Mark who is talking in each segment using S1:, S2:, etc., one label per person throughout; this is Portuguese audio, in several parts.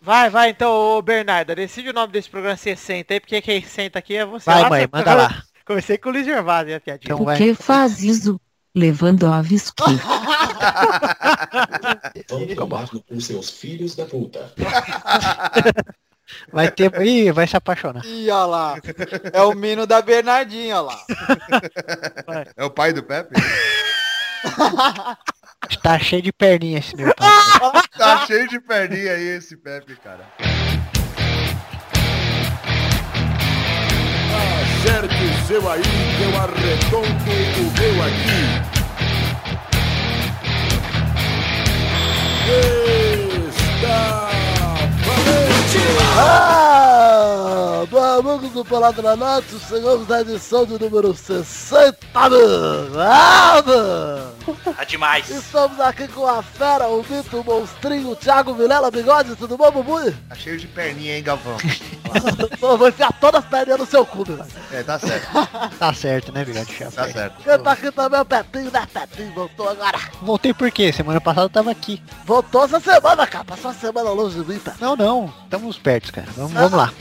S1: Vai, vai, então, ô Bernarda, decide o nome desse programa 60 aí, porque quem senta aqui é você.
S2: Vai,
S1: Nossa,
S2: mãe, manda
S1: agora
S2: lá.
S1: Comecei com o Luiz Gervásio, minha piadinha.
S2: Então
S3: Por
S2: vai.
S3: que faz isso? Levando aves que.
S4: Vão tomar no cu seus filhos da puta.
S2: Vai ter. Ih, vai se apaixonar.
S5: Ih, olha lá. É o mino da Bernardinha, olha lá.
S6: É o pai do Pepe?
S2: Tá cheio de perninha esse meu pai.
S6: Tá cheio de perninha aí esse Pepe, cara.
S7: Ah, do amigo do Pelado na Nato, chegamos na edição de número 60, mano. Ah, mano.
S8: Tá demais.
S7: Estamos aqui com a fera, o mito, o monstrinho, o Thiago Vilela, bigode, tudo bom, Bubu?
S6: Tá cheio de perninha, hein, Galvão?
S7: Eu vou enfiar todas as perninhas no seu cu, meu velho.
S6: É, tá certo,
S2: Tá certo, né, obrigado, chefe?
S6: tá certo.
S7: Quem tá aqui também é o Petinho, né, Petinho? Voltou agora.
S2: Voltei por quê? Semana passada eu tava aqui.
S7: Voltou essa semana, cara. Passou uma semana longe de mim, tá?
S2: Não, não. Estamos perto, cara. Vamos, vamos lá.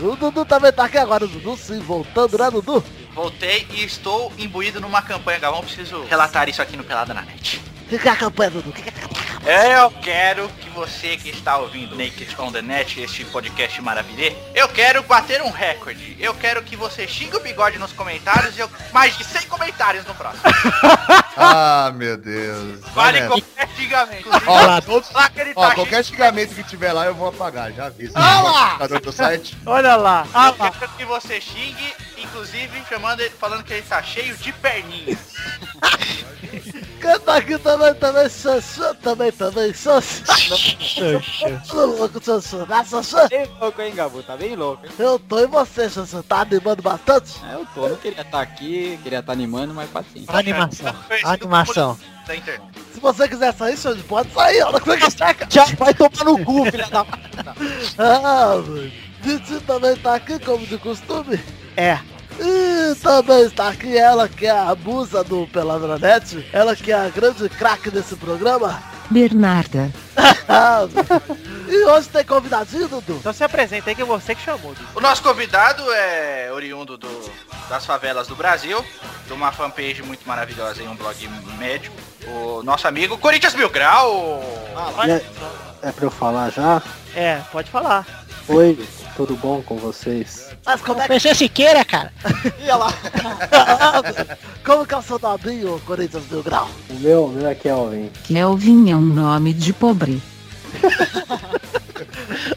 S7: O Dudu também tá aqui agora, o Dudu sim, voltando, né, Dudu?
S8: Voltei e estou imbuído numa campanha, Galvão. Preciso relatar isso aqui no Pelada na Net.
S7: O que que é a campanha, Dudu? O que que é a campanha?
S8: Eu quero que você que está ouvindo Naked on the Net, este podcast maravilhê, eu quero bater um recorde. Eu quero que você xingue o bigode nos comentários e eu mais de 100 comentários no próximo.
S6: Ah, meu Deus.
S8: Vale
S6: Olha,
S8: qualquer xingamento. Inclusive,
S6: Ó, lá,
S8: todos lá que ele
S6: Ó,
S8: tá
S6: qualquer xingamento que tiver lá eu vou apagar, já aviso. Ah lá! do site.
S1: Olha lá. Ah,
S8: xingando,
S2: tá.
S1: lá.
S8: eu quero que você xingue, inclusive chamando ele, falando que ele tá cheio de perninha.
S7: Quem tá aqui também, também, Sansã, também, também, Sansã. Tô louco, Sansã, né, Sansã?
S5: Bem louco, hein, Gabu? Tá bem louco. hein?
S7: Eu tô em você, Sansã, tá animando bastante?
S5: É, eu tô. Não queria estar aqui, queria estar animando, mas paciência.
S2: Animação. Animação.
S8: Da internet.
S7: Se você quiser sair, Sansã, pode sair, olha como é que está, cara.
S2: Já vai tomar no cu, filha da
S7: Ah, mano. Didi também tá aqui, como de costume.
S2: É.
S7: E também está aqui ela que é a musa do Peladronete, ela que é a grande craque desse programa.
S3: Bernarda.
S7: Ah, mano. e hoje tem convidadinho, Dudu?
S1: Então se apresenta aí que é você que chamou. Dudu.
S8: O nosso convidado é oriundo do- das favelas do Brasil, de uma fanpage muito maravilhosa e um blog médio. O nosso amigo Corinthians Mil Grau.
S1: Olha
S9: e É pra eu falar já?
S1: É, pode falar.
S9: Oi, tudo bom com vocês?
S7: Mas como é que...
S2: PC Siqueira, cara.
S7: Ah, mano. como que é o seu nobinho, Corinthians Mil Grau?
S9: O meu, o meu é Kelvin.
S3: Kelvin é um nome de pobre.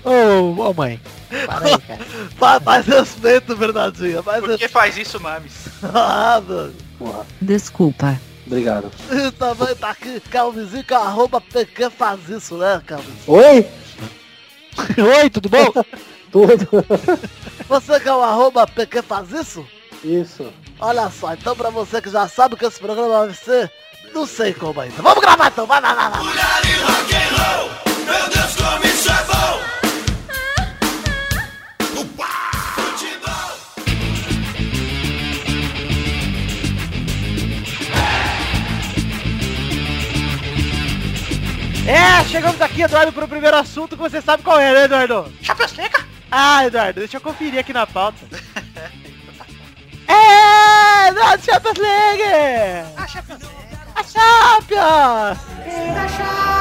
S2: Ô, ô mãe. Para aí, cara.
S7: Vai, mais respeito, Bernardinha, mais
S8: Por
S7: respeito.
S8: que faz isso, Mames?
S7: Ah, mano.
S9: Porra,
S3: Desculpa.
S9: obrigado.
S7: E também tá aqui, Calvizinho, que arroba PQ faz isso, né, Calvizinho?
S9: Oi,
S2: Oi, tudo bom?
S9: tudo.
S7: Você que é o arroba PQ faz isso?
S9: Isso.
S7: Olha só, então pra você que já sabe que esse programa vai ser, não sei como ainda. Vamos gravar então, vai, vai, vai, vai.
S1: É, chegamos aqui, Eduardo, pro primeiro assunto que você sabe qual é, né, Eduardo?
S8: Chapéu seca?
S1: Ah, Eduardo, deixa eu conferir aqui na pauta. é, da Champions League!
S8: Ah,
S1: A Champions! A Champions!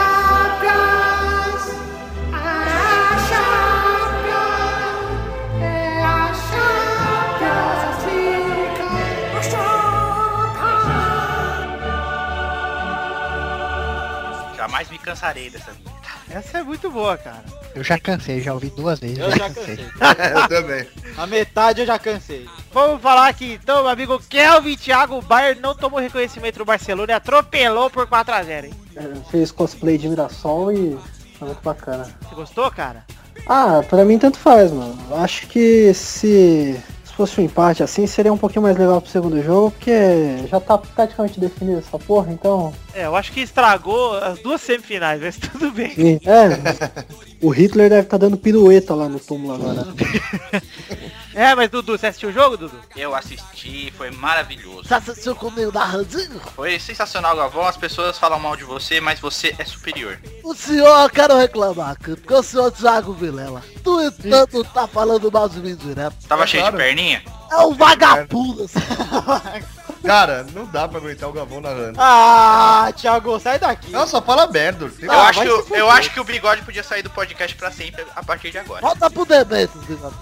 S8: Jamais me cansarei dessa vida.
S1: Essa é muito boa, cara.
S2: Eu já cansei, já ouvi duas vezes. né?
S5: Eu já cansei.
S6: É, eu também.
S5: A metade eu já cansei.
S1: Vamos falar aqui então, meu amigo Kelvin Thiago Bayer não tomou reconhecimento do Barcelona e atropelou por 4x0, hein?
S9: É, Fez cosplay de Mirassol e foi muito bacana.
S1: Você gostou, cara?
S9: Ah, pra mim tanto faz, mano. Acho que se, se fosse um empate assim, seria um pouquinho mais legal pro segundo jogo, porque já tá praticamente definido essa porra, então...
S1: É, eu acho que estragou as duas semifinais, mas tudo bem.
S9: Sim, É, o Hitler deve estar dando pirueta lá no túmulo agora.
S1: É, mas Dudu, você assistiu o jogo, Dudu?
S8: Eu assisti, foi maravilhoso.
S7: Tá assistindo comigo narradinho?
S8: Foi sensacional, Galvão. As pessoas falam mal de você, mas você é superior.
S7: O senhor, eu quero reclamar aqui, porque o senhor Thiago Vilela, no entanto, tá falando mal de mim direto.
S8: Tava
S6: É
S8: cheio
S6: claro.
S8: de perninha?
S7: É um vagabundo. esse
S6: Cara, não dá pra aguentar o Galvão narrando.
S5: Ah, Thiago, sai daqui.
S6: Não, só fala merda.
S8: eu,
S6: Tem-
S5: vai
S8: acho que,
S5: se
S8: eu-
S5: fuder.
S8: eu acho que o bigode podia sair do podcast pra sempre a partir de agora.
S7: Volta pro Demetrius, Bigode.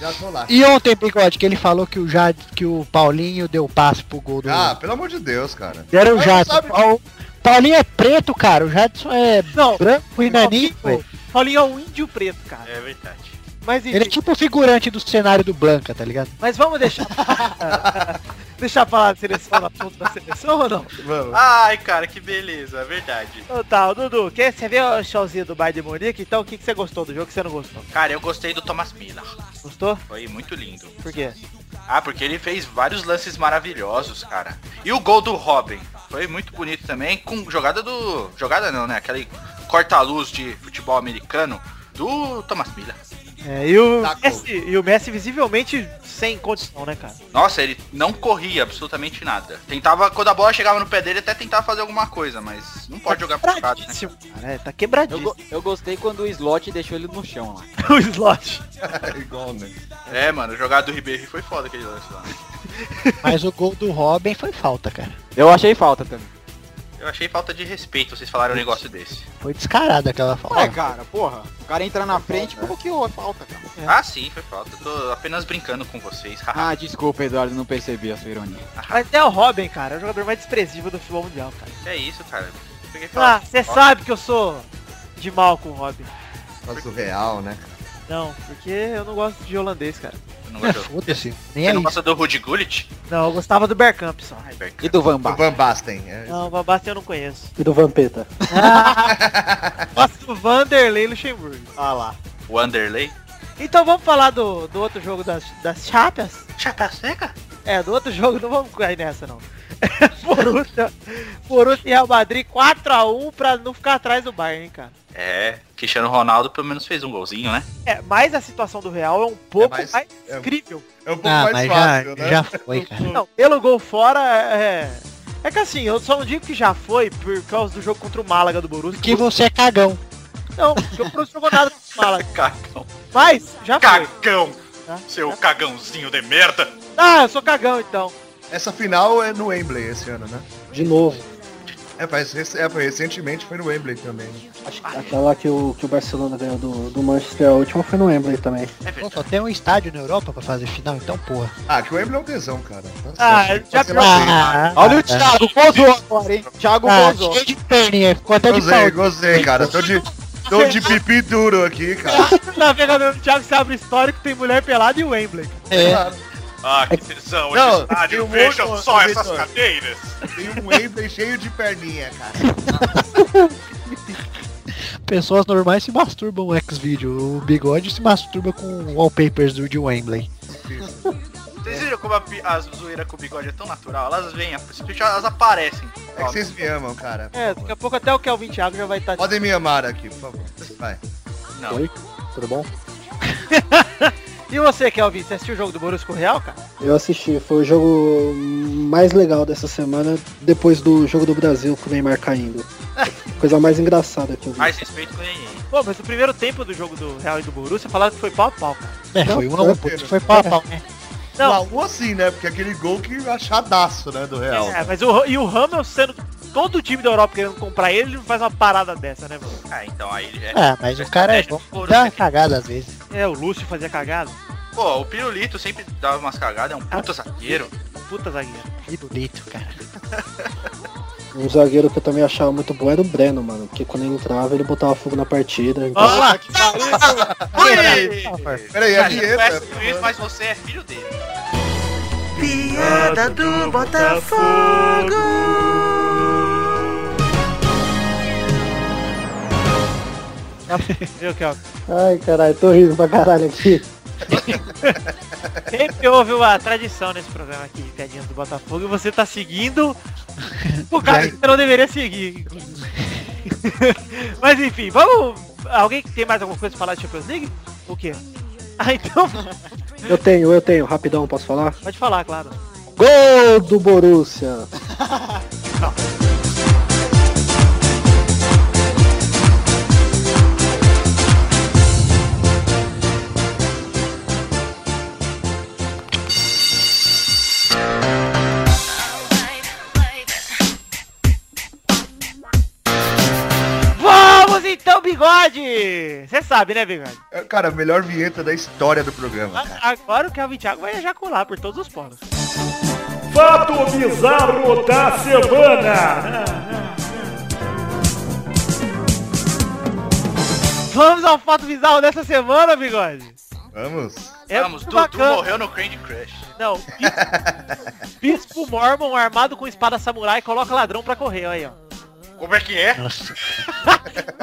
S6: Já, já tô lá.
S2: E ontem, Bigode, que ele falou que o, Jade, que o Paulinho deu passe pro gol do...
S6: Ah, pelo amor de Deus, cara.
S2: Era o
S6: mas
S2: Jadson.
S6: sabe-
S2: Paul- Paulinho é preto, cara. O Jadson é
S1: Não,
S2: branco e naninho.
S1: Paulinho, Paulinho é um índio preto, cara.
S8: É verdade.
S1: Mas enfim,
S2: Ele é tipo o figurante do cenário do Blanca, tá ligado?
S1: mas vamos deixar. deixar falar da seleção na ponta da seleção ou não?
S6: Vamos.
S8: Ai, cara, que beleza, é verdade.
S1: Então tá, Dudu, quer, você vê o showzinho do Bayern de Munique? Então o que, que você gostou do jogo que você não gostou?
S8: Cara, eu gostei do Thomas Miller.
S1: Gostou?
S8: Foi muito lindo.
S1: Por quê?
S8: Ah, porque ele fez vários lances maravilhosos, cara. E o gol do Robin foi muito bonito também, com jogada do. Jogada não, né? Aquele corta-luz de futebol americano do Thomas Miller.
S1: É, e, o
S6: Tá,
S1: Messi, e o Messi visivelmente sem condição, né, cara?
S8: Nossa, ele não corria absolutamente nada. Tentava, quando a bola chegava no pé dele, até tentava fazer alguma coisa, mas não pode jogar puxado, né?
S1: Tá Quebradíssimo, cara. É, tá
S5: Eu,
S1: quebradíssimo
S5: go- eu gostei quando o slot deixou ele no chão lá.
S1: o slot.
S6: Igual, né?
S8: É, mano, a jogada do Ribeirinho foi foda aquele lance lá.
S2: Mas o gol do Robin foi falta, cara.
S5: Eu achei falta também.
S8: Eu achei falta de respeito vocês falaram um negócio desse.
S2: Foi descarada aquela falta.
S5: Ué, É, cara, porra. O cara entra na frente, como que houve falta, cara?
S8: Ah, sim, foi falta. Eu Tô apenas brincando com vocês. haha.
S5: Ah, desculpa, Eduardo, não percebi a sua ironia.
S1: Mas até o Robin, cara, é o jogador mais desprezível do futebol mundial, cara.
S8: Que é isso, cara. Peguei
S1: Ah,
S8: falta.
S1: você sabe que eu sou de mal com o Robin.
S6: Faz o real, né?
S1: Não, porque eu não gosto de holandês, cara.
S8: Você
S5: né?
S8: não
S2: É,
S8: gosta,
S2: foda-se. Nem
S8: você
S2: é
S8: não
S2: isso.
S8: gosta do Rudy Gullit?
S1: Não, eu gostava do Bergkamp só.
S8: Ai,
S5: E
S8: Berkan.
S5: do Van
S6: O
S5: Basten?
S6: Van Basten. é.
S1: Não, o Babasta eu não conheço.
S9: E do Vampeta.
S1: Gosto do Vanderlei Luxemburgo.
S5: Ah lá.
S8: Wanderley?
S1: Então vamos falar do, do outro jogo das, das chapas?
S8: Chapa seca?
S1: É, do outro jogo não vamos cair nessa não. Borussia, Borussia e Real Madrid 4x1 pra não ficar atrás do Bayern, hein, cara.
S8: É, Cristiano Ronaldo pelo menos fez um golzinho, né?
S1: É, mas a situação do Real é um pouco
S6: mais-
S1: mais,
S6: é-
S1: incrível.
S6: É um pouco
S2: Ah,
S6: mais
S2: mas
S6: fácil,
S2: já,
S6: né?
S2: já foi, cara.
S1: Não, pelo gol fora é... É que assim, eu só não digo que já foi por causa do jogo contra o Málaga do Borussia.
S2: Porque você é cagão.
S1: Não, porque o Borussia jogou nada contra o Málaga.
S8: Cagão.
S1: Mas, já foi.
S8: Cagão!
S1: Tá?
S8: Seu cagãozinho de merda!
S1: Ah, eu sou cagão então.
S6: Essa final é no Wembley esse ano, né?
S9: De novo.
S6: É, faz, rec- é, foi recentemente foi no Wembley também. né?
S9: Aquela que o, que o Barcelona ganhou do, do Manchester, a última foi no Wembley também.
S8: É
S2: Pô,
S8: verdade.
S2: só tem um estádio na Europa pra fazer final, então porra.
S6: Ah, que o Wembley é um tesão, cara. Tá
S1: Ah,
S6: certo.
S1: já
S6: Sei lá,
S9: É.
S5: Olha o Thiago, gozou agora, hein? Thiago
S2: Ah,
S5: gozou.
S2: cheio de perninha, ficou até
S6: sei.
S2: Ah, de
S6: Gozei,
S2: pau.
S6: gozei, cara. Tô de, tô de pipi duro aqui, cara.
S1: Na Vega do Thiago se abre histórico, tem mulher pelada e o Wembley.
S2: É,
S8: Ah, que tesão!
S6: esse Não, estádio, tem um vejam monte- só ô, essas Vitor.
S8: cadeiras!
S6: Tem um Wembley cheio de perninha, cara.
S2: pessoas normais se masturbam o X-Video. O bigode se masturba com wallpapers do de Wembley.
S8: Vocês viram como a, pi- a zoeira com o bigode é tão natural? Elas vêm, a- elas aparecem.
S6: É que vocês me amam, cara.
S1: É, daqui a pouco até o Kelvin Thiago já vai tá- estar.
S6: Podem me amar aqui, por favor. Vai.
S8: Não,
S9: Oi? Tudo bom?
S1: E você, Kelvin, você assistiu o jogo do Borussia com o Real, cara?
S9: Eu assisti, foi o jogo mais legal dessa semana, depois do jogo do Brasil com o Neymar caindo. Coisa mais engraçada que eu vi.
S8: mais respeito com ninguém.
S1: Pô, mas o primeiro tempo do jogo do Real e do Borussia falaram que foi pau a pau, cara.
S2: É,
S9: Não,
S2: foi um a um, putz, foi pau a pau.
S1: Não.
S6: Não. Um assim, né? Porque aquele gol que achadaço, né, do Real.
S1: É, mas o, e o Ramos sendo todo o time da Europa querendo comprar ele, ele não faz uma parada dessa, né, mano?
S8: Ah, então aí ele é.
S2: Ah, mas o cara é bom. Dá uma cagada às vezes.
S1: É, o Lúcio fazia cagada.
S8: Pô, o Pirulito sempre dava umas cagadas, é um puta zagueiro.
S1: Puta zagueiro.
S2: Que bonito, cara.
S9: Um zagueiro que eu também achava muito bom era o Breno, mano, porque quando ele entrava ele botava fogo na partida. Então...
S1: Olha lá,
S8: Ui!
S6: Peraí, a
S8: Cara, ele
S6: vinheta.
S8: conhece tudo isso, mas você é filho dele.
S1: viu, Kelvin?
S9: Ai, caralho, tô rindo pra caralho aqui.
S1: Sempre houve uma tradição nesse programa aqui, de piadinhas do Botafogo, e você tá seguindo o cara que você não deveria seguir, inclusive. Mas enfim, vamos. Alguém que tem mais alguma coisa pra falar de Champions League? O quê? Ah, então.
S9: Eu tenho, eu tenho. Rapidão, posso falar?
S1: Pode falar, claro.
S9: Gol do Borussia!
S1: Vamos então, bigode! Você sabe, né, bigode?
S6: É, Cara, a melhor vinheta da história do programa. cara.
S1: A- Agora o Kelvin Thiago vai ejacular por todos os poros.
S10: Fato bizarro da semana.
S1: Vamos ao fato bizarro dessa semana, bigode.
S6: Vamos.
S1: É
S8: Vamos,
S1: muito
S8: Dudu
S1: bacana.
S8: morreu no Candy Crush.
S1: Não, bispo- bispo Mormon armado com espada samurai coloca ladrão pra correr, olha aí, ó.
S8: Como é que é?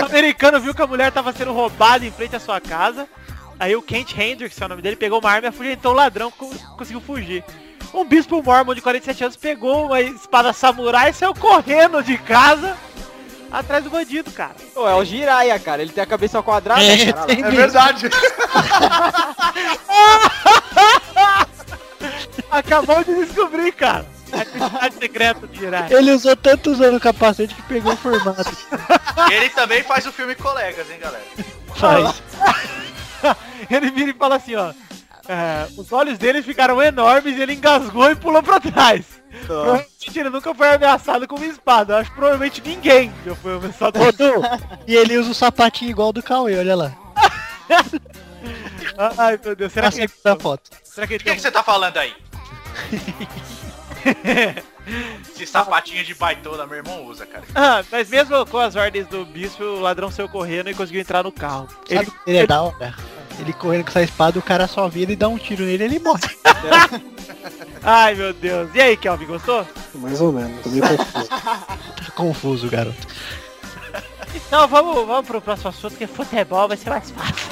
S1: O americano viu que a mulher tava sendo roubada em frente à sua casa. Aí o Kent Hendricks, que é o nome dele, pegou uma arma e afugentou o ladrão que co- conseguiu fugir. Um bispo mormon de 47 anos pegou uma espada samurai e saiu correndo de casa atrás do bandido, cara.
S5: Pô, é o Jiraya, cara. Ele tem a cabeça quadrada, cara.
S6: É verdade.
S1: Acabou de descobrir, cara. É A identidade secreta de Jirai.
S2: Ele usou tantos anos o capacete que pegou o formato.
S8: E ele também faz o filme Colegas, hein, galera?
S2: Faz.
S1: Ele vira e fala assim, ó. é, os olhos dele ficaram enormes e ele engasgou e pulou pra trás. Provavelmente ele nunca foi ameaçado com uma espada. Eu acho que provavelmente ninguém já foi ameaçado
S2: Ô, Du, e ele usa o sapatinho igual do Cauê, olha lá.
S1: Ai, meu Deus, será
S2: Será
S1: que, ele,
S2: da foto.
S1: será que ele
S8: O que,
S1: tem
S8: que você tá falando aí? Esse sapatinho de baitola meu irmão usa, cara.
S1: Ah, mas mesmo com as ordens do bispo, o ladrão saiu correndo e conseguiu entrar no carro.
S2: Sabe
S1: Ele,
S2: que ele é da hora? Ele correndo com essa espada, o cara só vira e dá um tiro nele e ele morre.
S1: ai, meu Deus. E aí, Kelvin, gostou?
S9: Mais ou menos, tô meio confuso.
S2: Tá confuso, garoto.
S1: Então, vamos, vamos pro próximo assunto, que futebol vai ser mais fácil.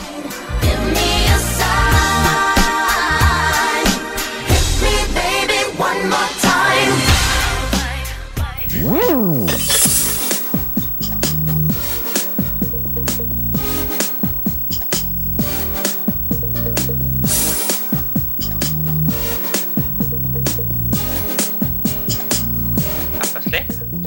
S8: Tá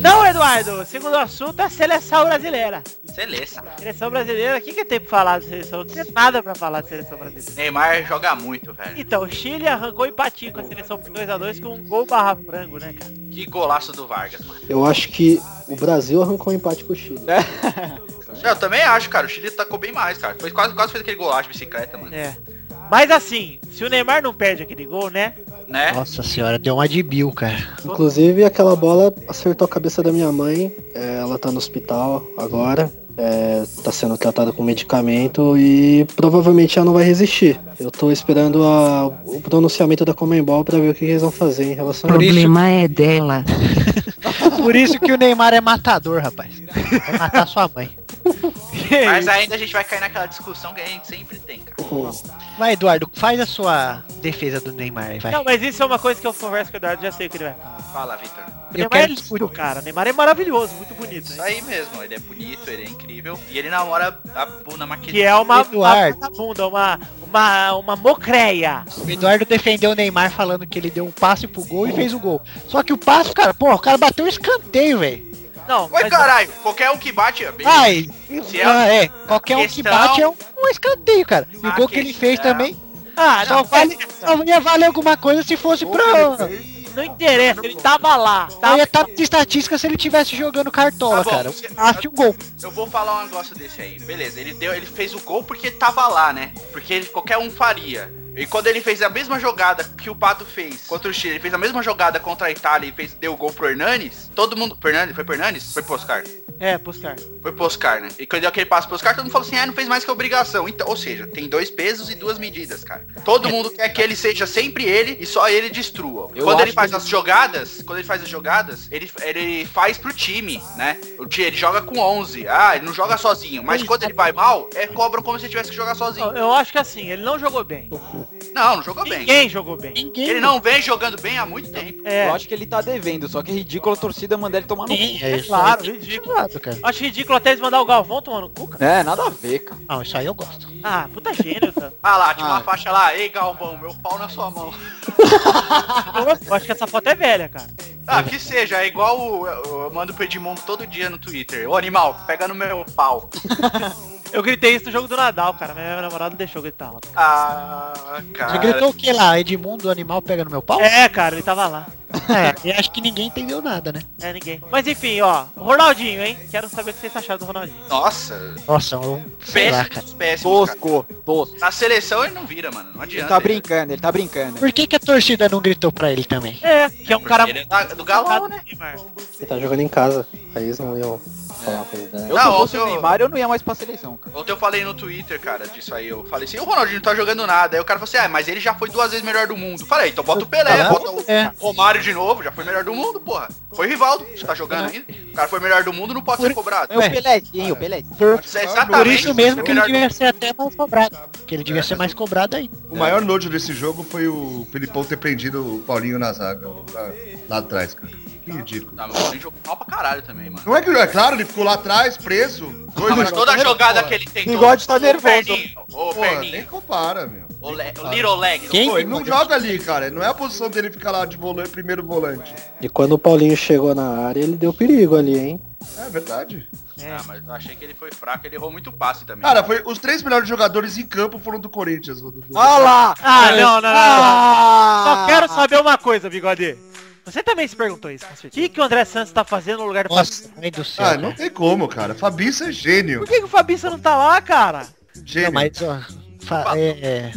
S1: Não, Eduardo, o segundo assunto é a seleção brasileira.
S8: Beleza.
S1: Seleção brasileira, o que, que tem pra falar de seleção? Não tem nada pra falar de seleção brasileira.
S8: Neymar joga muito, velho.
S1: Então, o Chile arrancou empatinho com a seleção por 2x2 com um gol barra frango, né, cara?
S8: Que golaço do Vargas, mano.
S9: Eu acho que o Brasil arrancou um empate com o Chile.
S8: Eu também acho, cara. O Chile tacou bem mais, cara. Foi quase, quase fez aquele golaço de bicicleta, mano.
S1: É. Mas assim, se o Neymar não perde aquele gol, né?
S8: Né?
S2: Nossa senhora, deu uma de Bill, cara.
S9: Inclusive, aquela bola acertou a cabeça da minha mãe. É, Ela tá no hospital agora. É, tá sendo tratada com medicamento e provavelmente ela não vai resistir. Eu tô esperando a- o pronunciamento da Comembol pra ver o que eles vão fazer em relação
S3: O
S9: a isso.
S3: problema é dela.
S2: Por isso que o Neymar é matador, rapaz. Vai matar sua mãe.
S8: Mas ainda a gente vai cair naquela discussão que a gente sempre tem, cara.
S2: Vai, Eduardo, faz a sua defesa do Neymar aí, vai.
S1: Não, mas isso é uma coisa que eu converso com o Eduardo, já sei o que ele vai falar.
S8: Fala, Vitor.
S1: O
S2: Eu
S1: Neymar
S2: quero
S1: é lindo,
S2: discutir.
S1: cara. O Neymar é maravilhoso, muito bonito.
S8: Isso
S1: Né?
S8: aí mesmo. Ele é bonito, ele é incrível. E ele namora a Bruna
S1: Que
S8: Maquedônia.
S1: é uma, uma
S2: Eduardo.
S1: vagabunda, uma, uma, uma mocreia.
S2: O Eduardo defendeu o Neymar falando que ele deu um passe pro gol e fez o gol. Só que o passe, cara, pô, o cara bateu um escanteio, velho.
S1: Não,
S8: Oi,
S1: mas-
S8: caralho. Qualquer um que bate é bem.
S2: Ai,
S8: Se é-
S2: ah, é, qualquer um que
S8: questão-
S2: bate é um, um escanteio, cara. E o
S8: A
S2: gol que ele fez
S8: questão-
S2: também
S1: Ah,
S2: só,
S1: não,
S2: vale,
S8: é
S2: só ia valer alguma coisa se fosse pro...
S1: não interessa, ele tava lá. tá?
S2: Não ia
S1: Tava...
S2: estar nas estatísticas se ele tivesse jogando cartola,
S8: Tá bom,
S2: cara.
S8: você-
S2: Acho um gol.
S8: Eu vou falar um negócio desse aí. Beleza, ele deu, ele fez o gol porque tava lá, né? Porque ele- qualquer um faria. E quando ele fez a mesma jogada que o Pato fez contra o Chile, ele fez a mesma jogada contra a Itália e fez, deu o gol pro Hernanes, todo mundo. Pro Hernanes? Foi pro Hernanes? Foi pro Oscar?
S1: É, buscar.
S8: Foi pro Oscar, né? E quando deu aquele passo pro Oscar, todo mundo falou assim, ah, não fez mais que obrigação. Então, ou seja, tem dois pesos e duas medidas, cara. Todo mundo quer que ele seja sempre ele e só ele destrua.
S5: É. Eu
S8: quando
S5: acho
S8: ele faz
S5: que-
S8: as jogadas, quando ele faz as jogadas, ele, ele faz pro time, né? O time, ele joga com 11. Ah, ele não joga sozinho. Mas quando ele vai mal, é cobram como se tivesse que jogar sozinho.
S1: Eu acho que assim, ele não jogou bem.
S8: Não, não jogou bem.
S1: Ninguém jogou bem.
S2: Ninguém.
S8: Ele não vem jogando bem há muito tempo.
S1: É,
S5: Eu acho que ele tá devendo, só que é ridículo a torcida mandar ele tomar no cu.
S2: É isso.
S1: claro, ridículo.
S2: errado, cara.
S1: Acho ridículo até eles mandar o Galvão tomar no cu, cara.
S5: É, nada a ver, cara.
S2: Não, isso aí eu gosto.
S1: Ah, puta gênio, cara.
S8: Ah lá, tinha uma
S5: Ah.
S8: faixa lá, ei Galvão, meu pau na sua mão.
S1: Eu acho que essa foto é velha, cara.
S8: Ah, que seja, é igual o, eu, eu mando pro Edmundo todo dia no Twitter. Ô animal, pega no meu pau.
S1: Eu gritei isso no jogo do Nadal, cara. mas Meu namorado não deixou eu gritar lá.
S8: Ah,
S2: Você
S8: cara.
S2: gritou o que lá? Edmundo, animal, pega no meu pau?
S1: É, cara, ele tava lá.
S2: É, e acho que ninguém entendeu nada, né?
S1: É, ninguém. Mas enfim, ó. Ronaldinho, hein? Quero saber o que vocês acharam do Ronaldinho.
S8: Nossa,
S2: Nossa, eu... sei lá, cara.
S8: péssimos, péssimos, cara.
S5: Tosco, tosco.
S8: Na seleção ele não vira, mano. Não
S5: Ele
S8: adianta.
S5: tá brincando, ele tá brincando.
S2: Por que, que a torcida não gritou pra ele também?
S1: É, que é um cara
S8: Ele é da- do Galão, né?
S1: Neymar.
S9: Ele tá jogando em casa. Aí eles não iam falar coisa dela.
S5: Eu
S8: Não,
S5: não, se fosse
S8: Ah, eu-
S5: o Neymar, eu não ia mais pra seleção, cara.
S8: Ontem eu falei no Twitter, cara, disso aí. Eu falei assim, o Ronaldinho não tá jogando nada. Aí o cara falou assim, ah, mas ele já foi duas vezes melhor do mundo. Falei, então bota o Pelé,
S5: Tá
S2: Ah,
S8: bota o
S2: é.
S8: Romário de novo, já foi melhor do mundo, porra. Foi Rivaldo, tá jogando ainda. O cara foi melhor do mundo, não pode ser cobrado.
S5: É o Pelezinho, o Pelezinho.
S2: Por,
S8: Isso é
S6: Ah,
S8: exatamente
S2: por isso mesmo que ele
S8: melhor do
S2: devia ser até mais cobrado. Que ele devia ser mais cobrado aí.
S6: O maior nojo desse jogo foi o Filipão ter prendido o Paulinho na zaga. Lá, lá atrás, cara. Que ridículo.
S8: Tá, mas o Ronaldinho jogou mal pra caralho também, mano.
S6: Não é que é claro, ele ficou lá atrás, preso. Dois
S8: Tá, Mas toda a jogada que ele tentou...
S5: Bigode tá nervoso.
S8: Ô, Perninho,
S11: é um
S8: ô,
S6: Pô, nem
S8: Perninho,
S6: compara, meu.
S8: ô, Le- ô, Little Leg.
S2: Quem?
S6: Pô, ele não joga ali, cara. Não é a posição dele ficar lá de volante, primeiro volante.
S9: E quando o Paulinho chegou na área, ele deu perigo ali, hein?
S6: É verdade.
S8: Ah, mas eu achei que ele foi fraco, ele errou muito passe também.
S6: Cara, foi, os três melhores jogadores em campo foram do Corinthians. Do, do-
S5: Olha lá!
S1: Ah,
S2: É.
S1: não, não, não. não.
S5: Ah!
S1: Só quero saber uma coisa, bigode. Você também se perguntou isso, com certeza. O que, que o André Santos tá fazendo no lugar do Fabinho?
S2: Nossa, mãe do céu. né?
S6: Ah,
S2: cara.
S6: não tem como, cara. Fabiça é gênio.
S1: Por que, que o Fabiça não tá lá, cara?
S6: Gênio.
S2: Não, mas ó, fa- é, é,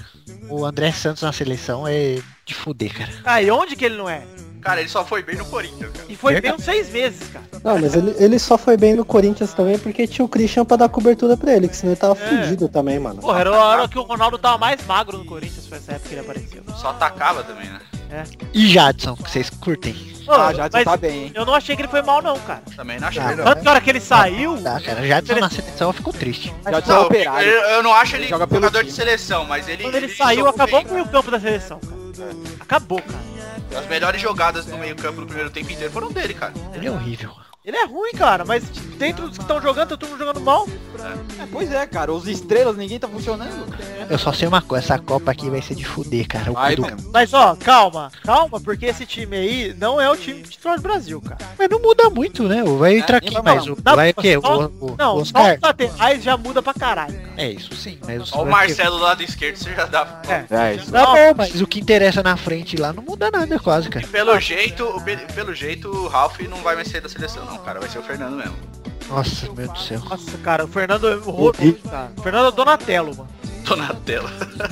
S2: o André Santos na seleção é de fuder, cara.
S1: Tá, e onde que ele não é?
S8: Cara, ele só foi bem no Corinthians, cara.
S1: E foi
S2: É,
S1: bem uns seis meses, cara.
S9: Não, mas ele, ele só foi bem no Corinthians também porque tinha o Christian pra dar cobertura pra ele, que senão ele tava
S1: É.
S9: fudido também, mano.
S1: Porra, era a hora que o Ronaldo tava mais magro no Corinthians, foi essa época que ele apareceu.
S8: Só atacava também, né?
S2: E Jadson, que vocês curtem.
S1: Ô,
S5: Ah, já
S1: mas
S5: tá bem, hein?
S1: eu não achei que ele foi mal não, cara.
S8: Também não achei.
S6: Ah,
S8: não.
S1: Tanto que a hora que ele saiu,
S2: né? Tá, cara, Jadson na seleção ficou triste.
S5: Já
S8: Não,
S5: tá operário.
S8: Eu, eu não acho ele,
S5: Ele joga pelo
S8: jogador
S5: time.
S8: de seleção, mas ele.
S1: quando ele saiu,
S8: jogou
S1: acabou
S8: bem,
S1: com o campo da seleção, cara. Acabou, cara.
S8: cara. As melhores jogadas no meio-campo no primeiro tempo inteiro foram dele, cara.
S2: Ele é horrível.
S1: Ele é ruim, cara, mas dentro dos que estão jogando, tá todo mundo jogando mal.
S5: É, pois é, cara. Os estrelas, ninguém tá funcionando.
S2: Eu só sei uma coisa, essa Copa aqui vai ser de fuder, cara. O cu
S5: Aí
S2: do-
S5: mesmo.
S1: Mas ó, calma, calma, porque esse time aí não é o time titular do Brasil, cara.
S2: Mas não muda muito, né? Vai entrar
S5: É, nem
S2: aqui,
S5: vai
S2: mas o,
S5: mudar.
S2: vai o quê? O,
S1: Não,
S2: o- o
S1: Não,
S2: Oscar?
S1: Oscar. laterais já muda pra caralho. cara.
S2: É isso sim, mas
S8: Só o Marcelo lá do esquerdo, você já dá.
S5: É, isso.
S2: Tá bom, mas o que interessa na frente lá não muda nada quase, cara.
S8: Pelo jeito, o pe- pelo jeito, o Ralf não vai mais ser da seleção, não, cara. Vai ser o Fernando mesmo.
S2: Nossa, meu Deus do céu.
S1: Nossa, cara, o Fernando é o Rodolfo, cara. O Fernando é o Donatello, mano.
S8: Tô na tela.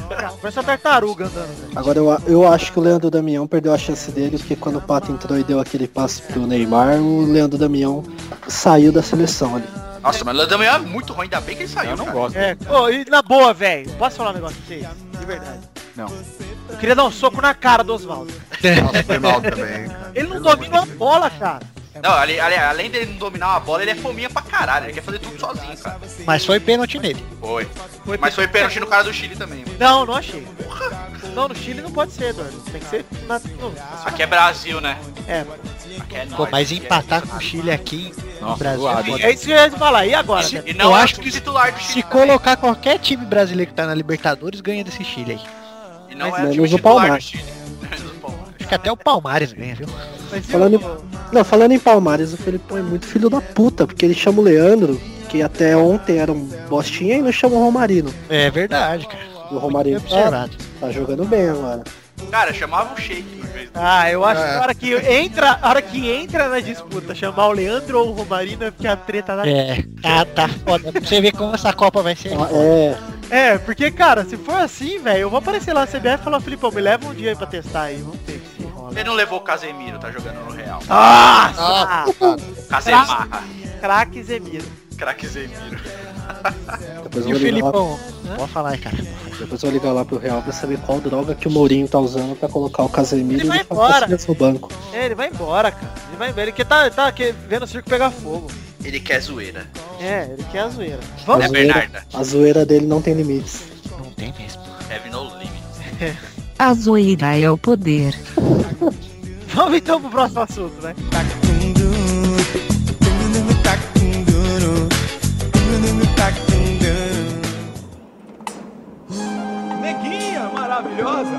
S1: Cara, Parece uma tartaruga andando, velho.
S9: Agora eu, a- eu acho que o Leandro Damião perdeu a chance dele, porque quando o Pato entrou e deu aquele passe pro Neymar, o Leandro Damião saiu da seleção ali.
S8: Nossa, mas o Ladamião é muito ruim, ainda bem que ele saiu.
S5: Eu não
S8: cara.
S5: gosto.
S1: É, ô, e na boa, velho, posso falar um negócio pra vocês? De verdade.
S5: Não.
S1: Eu queria dar um soco na cara do Oswaldo.
S6: Nossa, foi mal também, cara.
S1: Ele não domina uma bola, cara.
S8: É Não, ali- ali- além dele não dominar uma bola, ele é fominha pra caralho. Ele quer fazer tudo sozinho, cara.
S2: Mas foi pênalti nele.
S8: Foi.
S1: Foi
S8: Mas foi pênalti no cara do Chile também, mano.
S1: Não, não achei. Não, no Chile não pode ser, Eduardo. Tem que ser na... no- assim,
S8: Aqui é Brasil, né?
S1: É.
S8: Aqui é
S2: Pô,
S8: nóis.
S2: mas empatar com o Chile aqui no
S5: Nossa,
S2: Brasil.
S5: zoado.
S1: É isso que eu ia falar. E agora? cara?
S8: E não
S2: Eu
S8: é o
S2: acho que
S8: titular do Chile.
S2: Se
S8: também.
S2: colocar qualquer time brasileiro que tá na Libertadores, ganha desse Chile aí.
S8: E não
S9: Mas
S8: é o time
S9: menos o
S8: titular do
S9: Palmares.
S8: Chile. Menos o Palmares.
S2: Acho que até o Palmares ganha, viu?
S1: Mas e
S9: Falando
S1: o-
S9: Não, falando em Palmares, o Felipão é muito filho da puta, porque ele chama o Leandro, que até ontem era um bostinha, e não chama o Romarino.
S2: É verdade, cara.
S9: E o Romarino
S2: Muito bem
S9: tá,
S2: observado.
S9: tá jogando bem agora.
S8: Cara, chamava o Shake em vez do-
S1: Ah, eu acho que
S6: É.
S1: a hora que entra, a hora que entra na disputa, chamar o Leandro ou o Romarino é porque a treta da...
S2: É, tá, tá foda. Pra você ver como essa Copa vai ser.
S9: Ah, É,
S1: É, porque, cara, se for assim, velho, eu vou aparecer lá na CBF e falar, Filipão, me leva um dia aí pra testar aí, vamos ver se rola.
S8: Ele não levou o Casemiro, tá jogando no Real.
S1: Nossa!
S8: Casemarra.
S1: É Craque Zemiro.
S8: Craque Zemiro.
S9: depois eu
S2: E o
S9: vou ligar lá
S2: Filipão? Pode falar aí, cara.
S9: Depois eu vou ligar lá pro Real pra saber qual droga que o Mourinho tá usando pra colocar o Casemiro
S1: Ele vai
S9: e deixar o
S1: embora.
S9: Casemiro no banco.
S1: É, ele vai embora, cara. Ele vai embora. Ele quer tá, tá quer- vendo o circo pegar fogo.
S8: Ele quer zoeira.
S1: É, ele quer a zoeira.
S9: A
S1: Vamos.
S8: É Bernarda.
S9: zoeira, a zoeira dele não tem limites.
S2: Não tem mesmo.
S8: Have no limit.
S3: A zoeira é o poder.
S1: Vamos então pro próximo assunto, né?
S12: Tac, tum, dum. Tum, dum, dum, tac, tum, dum. neguinha maravilhosa,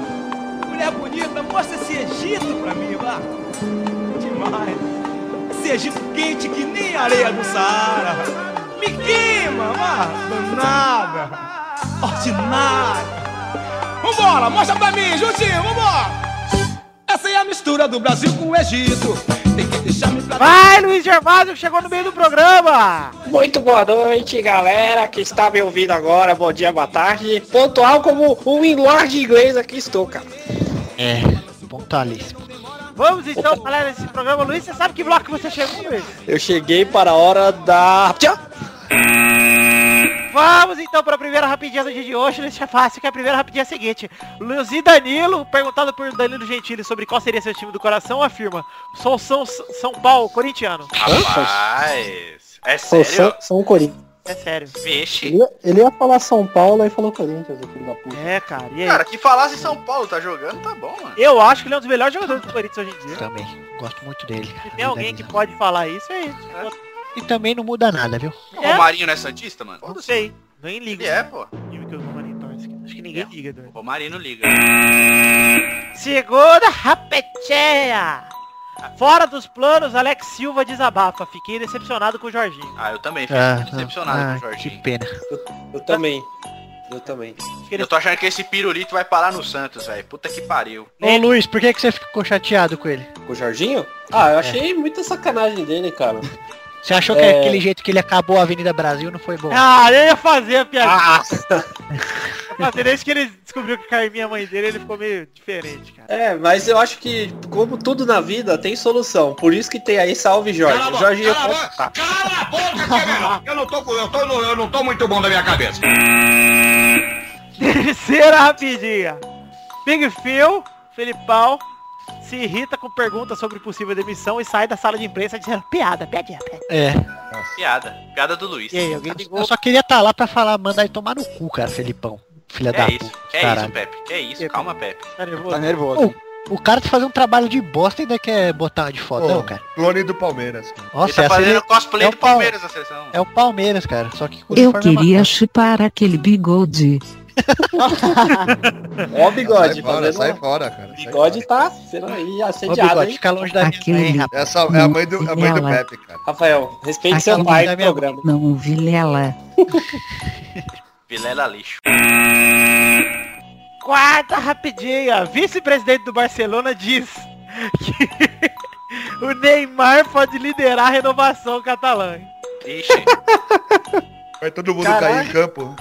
S12: mulher bonita, mostra esse Egito pra mim, vá. Demais. Esse Egito quente que nem areia do Saara. Me queima, vá. Danada. Ordinária. Vambora, mostra pra mim, juntinho, vambora. Essa é a mistura do Brasil com o Egito. Tem que deixar-me pra
S1: Vai, Luiz Gervásio, que chegou no meio do programa!
S13: Muito boa noite, galera que está me ouvindo agora. Bom dia, boa tarde. Pontual como um inlord inglês aqui estou, cara.
S2: É, pontualíssimo.
S1: Vamos então falar desse programa, Luiz. Você sabe que bloco você chegou, Luiz?
S13: Eu cheguei para a hora da... Tchau!
S1: Vamos então para a primeira rapidinha do dia de hoje, Luiz fácil, que a primeira rapidinha é a seguinte. Luiz e Danilo, perguntado por Danilo Gentili sobre qual seria seu time do coração, afirma, sou São, São Paulo, corintiano.
S8: Rapaz, é
S9: Pô, São,
S8: sério?
S9: São um Corinthians.
S1: É sério.
S8: Vixe.
S9: Ele, ele ia falar São Paulo e falou Corinthians, filho da puta.
S1: É, cara, e aí?
S8: Cara, que falasse em São Paulo, tá jogando, tá bom, mano.
S1: Eu acho que ele é um dos melhores jogadores do Corinthians hoje em dia.
S2: Também. Gosto muito dele. cara.
S1: Se tem alguém que pode falar isso, é isso.
S2: E também não muda nada, viu?
S1: É.
S8: O Marinho não é Santista, mano?
S1: Eu não sei. Nem ligo.
S8: Ele é, pô.
S1: pro time que o Romarinho torce, cara. então, Acho que ninguém liga, doido.
S8: O Marinho não liga.
S1: Segunda rapeteia! Fora dos planos, Alex Silva desabafa. Fiquei decepcionado com o Jorginho.
S8: Ah, eu também fiquei
S2: Ah,
S8: decepcionado
S2: ah,
S8: com o
S2: que
S8: Jorginho.
S2: pena.
S14: Eu também. Eu também.
S8: Eu tô achando que esse pirulito vai parar no Santos, velho. Puta que pariu.
S2: Ô Luiz, por que, que você ficou chateado com ele?
S14: Com o Jorginho? Ah, eu
S13: É.
S14: achei muita sacanagem dele, cara.
S2: Você achou que
S14: É.
S2: aquele jeito que ele acabou a Avenida Brasil não foi bom?
S8: É.
S1: Ah, eu ia fazer a piada. Mas desde que ele descobriu que Carminha é a mãe dele, ele ficou meio diferente, cara.
S14: É, mas eu acho que, como tudo na vida, tem solução. Por isso que tem aí Salve Jorge.
S11: Cala a
S14: O
S11: boca,
S14: Jorginho
S11: cala a boca, cala a boca que é melhor. Eu não tô, com- eu tô, no- eu não tô muito bom da minha cabeça.
S1: Terceira rapidinha. Big Phil, Felipão, se irrita com perguntas sobre possível demissão e sai da sala de imprensa dizendo piada, piadinha, piadinha.
S2: É.
S8: Piada. Piada do Luiz.
S1: E aí, alguém ligou?
S2: Eu só queria estar lá pra falar, mandar ele tomar no cu, cara, Felipão. Filha da
S8: É isso.
S2: puta.
S8: É
S2: caralho.
S8: isso, Pepe. Que é isso. Calma, Pepe.
S1: Tá nervoso?
S5: Tá nervoso.
S2: Ô, O cara tá fazendo um trabalho de bosta e ainda quer botar uma de fodão, cara.
S6: Clone do Palmeiras. cara.
S2: Nossa,
S8: Ele tá
S2: essa
S8: fazendo
S2: é-
S8: cosplay
S2: é o
S8: do
S2: Pal-
S8: Palmeiras na sessão.
S2: É o Palmeiras, cara. Só que com
S3: Eu
S2: uniforme é
S3: queria chupar aquele bigode.
S14: Ó o bigode,
S6: Sai fora,
S14: fazendo- um
S6: sai fora, cara. sai
S14: Bigode tá sendo aí
S2: Ô,
S14: assediado,
S2: bigode,
S14: hein?
S2: fica longe da minha
S3: Aquele
S2: mãe, rapaz.
S6: Essa é a mãe do, a mãe do
S3: Ela.
S6: Pepe, cara.
S14: Rafael, respeite seu
S5: tá
S3: Aquele
S14: pai
S3: da
S14: no
S3: minha
S14: programa.
S3: Não, Vilela.
S8: Vilela lixo.
S1: Quarta rapidinha. Vice-presidente do Barcelona diz que o Neymar pode liderar a renovação catalã.
S8: Ixi.
S6: Vai todo mundo
S1: Caralho.
S6: cair em campo.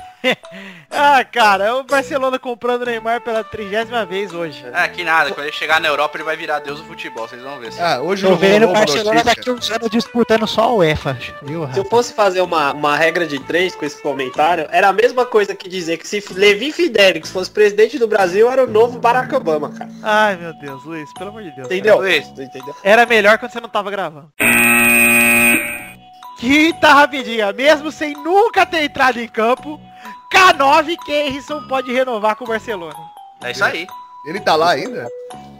S1: Ah, cara, é o Barcelona comprando o Neymar pela trigésima vez hoje.
S8: Ah, que nada. Quando ele chegar na Europa, ele vai virar deus do futebol. Vocês vão ver.
S6: Ah, hoje
S2: Tô
S6: não
S2: vendo o
S6: rolou
S2: Barcelona
S6: notícia.
S2: daqui uns anos disputando só a UEFA, viu,
S14: Se eu
S2: rapaz?
S14: fosse fazer uma, uma regra de três com esse comentário, era a mesma coisa que dizer que se Levi Fidelix fosse presidente do Brasil, era o novo Barack Obama, cara.
S1: Ai, meu Deus, Luiz, pelo amor de Deus. cara.
S14: Entendeu?
S6: É
S8: Luiz.
S14: Entendeu?
S1: Era melhor quando você não tava gravando. Quinta rapidinha. Mesmo sem nunca ter entrado em campo, K9 Keirson pode renovar com o Barcelona.
S8: É isso aí.
S6: Ele tá lá ainda?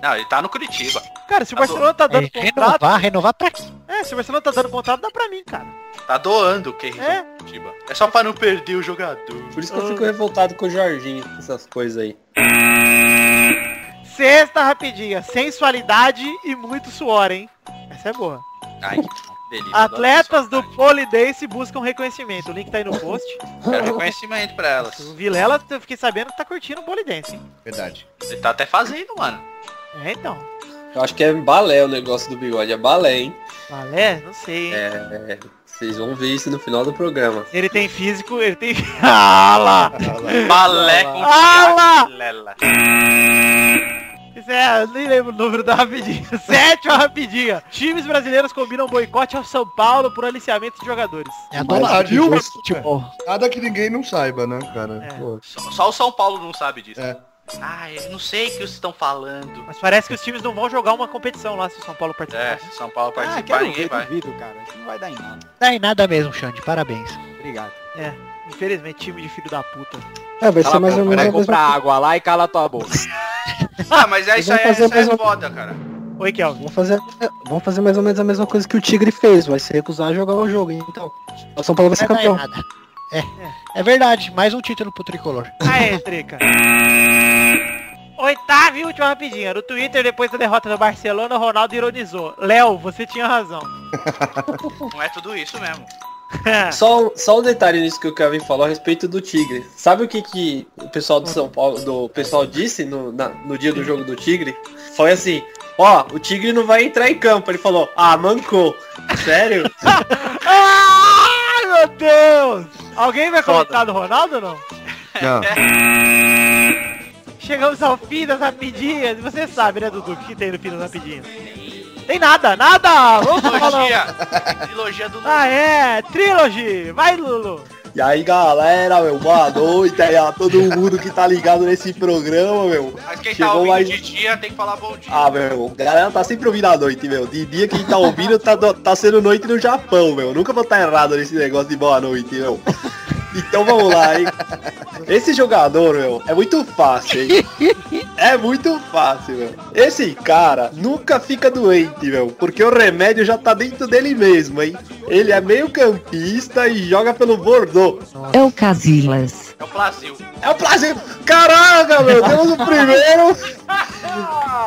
S8: Não, ele tá no Curitiba.
S1: Cara, se o
S8: Tá
S1: Barcelona tá dando
S2: É,
S1: contrato...
S2: renovar, renovar pra quê?
S1: É, se o Barcelona tá dando contrato, dá pra mim, cara.
S8: Tá doando o Keirson
S1: É.
S8: do Curitiba. É só pra não perder o jogador.
S14: Por isso que eu fico revoltado com o Jorginho, com essas coisas aí.
S1: Sexta rapidinha. Sensualidade e muito suor, hein? Essa é boa.
S8: Ai, que delícia. Adoro
S1: Atletas
S8: isso.
S1: do Polidense buscam reconhecimento. O link tá aí no post.
S8: Quero reconhecimento pra elas.
S1: O Vilela, eu fiquei sabendo que tá curtindo o Polidense, hein?
S6: Verdade.
S8: Ele tá até fazendo, mano.
S1: É, então.
S14: Eu acho que é balé o negócio do bigode, é balé, hein?
S1: Valé? Não sei, hein?
S14: É, vocês vão ver isso no final do programa.
S1: Ele tem físico, ele tem... ah lá!
S8: Balé com
S1: Ah,
S8: Thiago Vilela.
S1: Isso é, eu nem lembro o número da rapidinha. Sete uma rapidinha. Times brasileiros combinam boicote ao São Paulo por aliciamento de jogadores.
S2: É adorado,
S6: viu?
S2: viu? Futebol.
S6: Nada que ninguém não saiba, né, cara?
S1: É.
S6: Pô.
S8: Só, só o São Paulo não sabe disso.
S6: É.
S8: Ah, eu não sei o que vocês estão falando.
S1: Mas parece que os times não vão jogar uma competição lá se o São Paulo
S8: É,
S1: participar.
S8: se São Paulo
S5: Ah,
S8: participar,
S5: quero
S8: ninguém
S5: ver,
S8: vai.
S5: duvido, cara. Isso não vai dar em nada.
S2: Dá em nada mesmo, Xande. Parabéns.
S5: Obrigado.
S1: Infelizmente, time de filho da puta.
S9: É, vai ser
S5: Cala a
S9: mais ou
S5: boca,
S9: menos a
S5: vai
S9: mesma
S5: comprar água lá e cala tua boca.
S8: Ah, mas é isso
S9: Vamos
S8: aí,
S9: fazer
S8: isso aí
S9: mais
S8: é
S9: um-
S8: foda, cara.
S1: Oi, Kelvin.
S9: Vamos fazer, vamos fazer mais ou menos a mesma coisa que o Tigre fez, vai se recusar a jogar o jogo, então. O São Paulo vai ser
S2: Vai dar em
S9: campeão.
S2: nada. É, tá é verdade, mais um título pro Tricolor.
S1: Aê, Trica. Oitava e última rapidinha. No Twitter, depois da derrota do Barcelona, o Ronaldo ironizou. Léo, você tinha razão.
S8: Não é tudo isso mesmo.
S14: só, um- só um detalhe nisso que o Kevin falou a respeito do Tigre. Sabe o que, que o pessoal do São Paulo, do pessoal disse no, na- no dia do jogo do Tigre? Foi assim, ó, o Tigre não vai entrar em campo. Ele falou, ah, mancou. Sério?
S1: Ai, meu Deus! Alguém vai comentar do Ronaldo ou não?
S6: Não.
S1: Chegamos ao fim das rapidinhas. Você sabe, né, Dudu, o que tem no fim das rapidinhas? Tem nada, nada! Vamos falar.
S8: Trilogia do
S1: Tá Ah, é! Trilogy! Vai, Lulu!
S14: E aí, galera, meu, boa noite aí a todo mundo que tá ligado nesse programa, meu.
S8: Mas quem tá ouvindo de dia tem que falar bom dia.
S14: um. Ah, meu, a galera tá sempre ouvindo à noite, meu. De dia quem tá ouvindo tá, do- tá sendo noite no Japão, meu. Nunca vou estar errado nesse negócio de boa noite, meu. Então vamos lá, hein. Esse jogador, meu, é muito fácil, hein. É muito fácil, meu. Esse cara nunca fica doente, meu, porque o remédio já tá dentro dele mesmo, hein. Ele é meio campista e joga pelo Bordeaux.
S3: É o Casillas.
S8: É o Brasil.
S14: É o Brasil. Caraca, meu, temos o primeiro.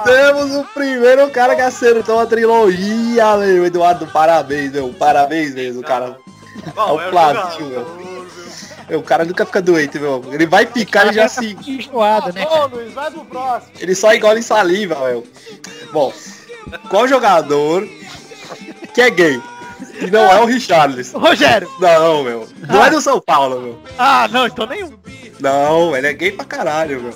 S14: temos o primeiro cara que acertou a trilogia, meu. Eduardo, parabéns, meu. Parabéns mesmo, cara. é o Brasil,
S8: ah,
S14: meu. Meu, O cara nunca fica doente, meu. Ele vai ficar e já se.
S2: Enjoado, né?
S5: Ô, Luiz, vai pro próximo.
S14: Ele só engole saliva, meu. Bom, qual jogador que é gay? E não é o Richarlison.
S1: Rogério!
S14: Não, meu. Não é do São Paulo, meu.
S1: Ah, não, então nenhum.
S14: Não, ele é gay pra caralho, meu.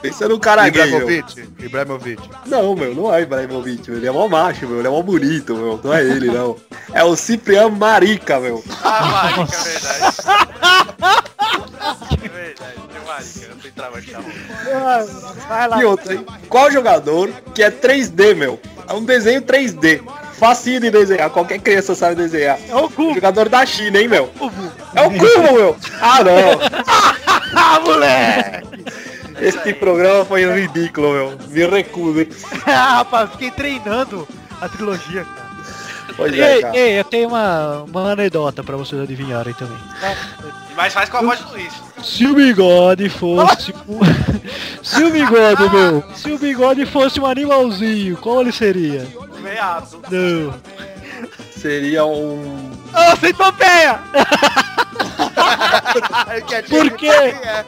S14: Pensa no cara gay, meu.
S6: Ibrahimovic, Ibrahimovic.
S14: Não, meu, não é Ibrahimovic, meu. Ele é mó macho, meu. Ele é mó bonito, meu. Não é ele, não. É o Cipriano Marica, meu.
S8: Ah, Marica, é verdade. É verdade, tem Marica. Eu fui trabalhar de novo.
S1: Vai lá.
S14: E outro, hein? Qual jogador que é 3D, meu? É um desenho 3D. Facinho de desenhar. Qualquer criança sabe desenhar.
S1: É o Cubo.
S14: Jogador da China, hein, meu? É o Cubo, meu. Ah, não.
S1: Ah, moleque!
S14: Este programa foi um ridículo, meu. Me recuso, hein?
S1: ah, rapaz, fiquei treinando a trilogia, cara.
S14: Pois é,
S2: Ei,
S14: cara.
S2: ei, eu tenho uma, uma anedota pra vocês adivinharem também.
S8: Mas faz com a voz do Luiz.
S2: Se o bigode fosse um... Se o bigode, meu, se o bigode fosse um animalzinho, qual ele seria?
S8: Veado.
S2: Não.
S14: Seria um...
S1: Ô, sem topeia!
S2: Por quê?
S14: é.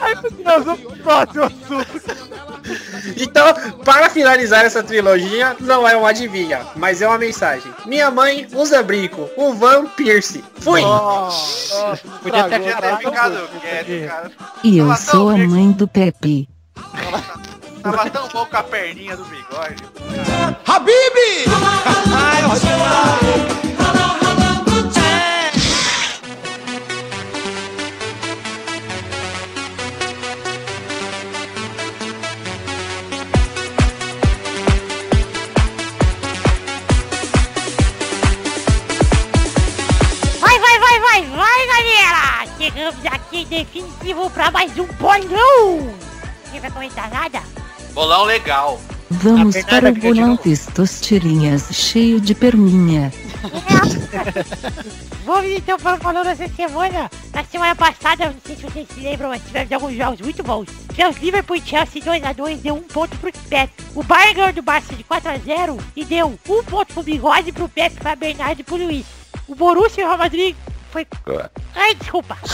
S1: Aí nós vamos pro próximo assunto.
S14: Então, para finalizar essa trilogia, não é um adivinha, mas é uma mensagem. Minha mãe usa brinco, o Van Pierce. Fui!
S1: Podia ter
S8: Podia ter ficado quieto, cara.
S3: E eu sou a mãe do Pepe.
S8: Tava tão bom com a perninha do bigode.
S12: Habib! Ai,
S15: Vai, vai, vai, vai, vai, galera! Chegamos aqui em definitivo pra mais um bolão! Ninguém vai comentar nada?
S8: Bolão legal.
S3: Vamos
S15: A
S3: para
S15: Bernarda quer
S3: o
S15: de
S3: bolão testosterinhas cheio de perninha.
S15: Vamos então para o bolão dessa semana. Na semana passada, não sei se vocês se lembram, mas tivemos alguns jogos muito bons. Tivemos Liverpool e Chelsea 2x2 deu um ponto pro Pepe. O Bayern ganhou do Barça de 4x0 e deu um ponto pro Bigode, pro Pepe, pra Bernardo e pro Luiz. O Borussia e o Real Madrid foi... Ai, desculpa.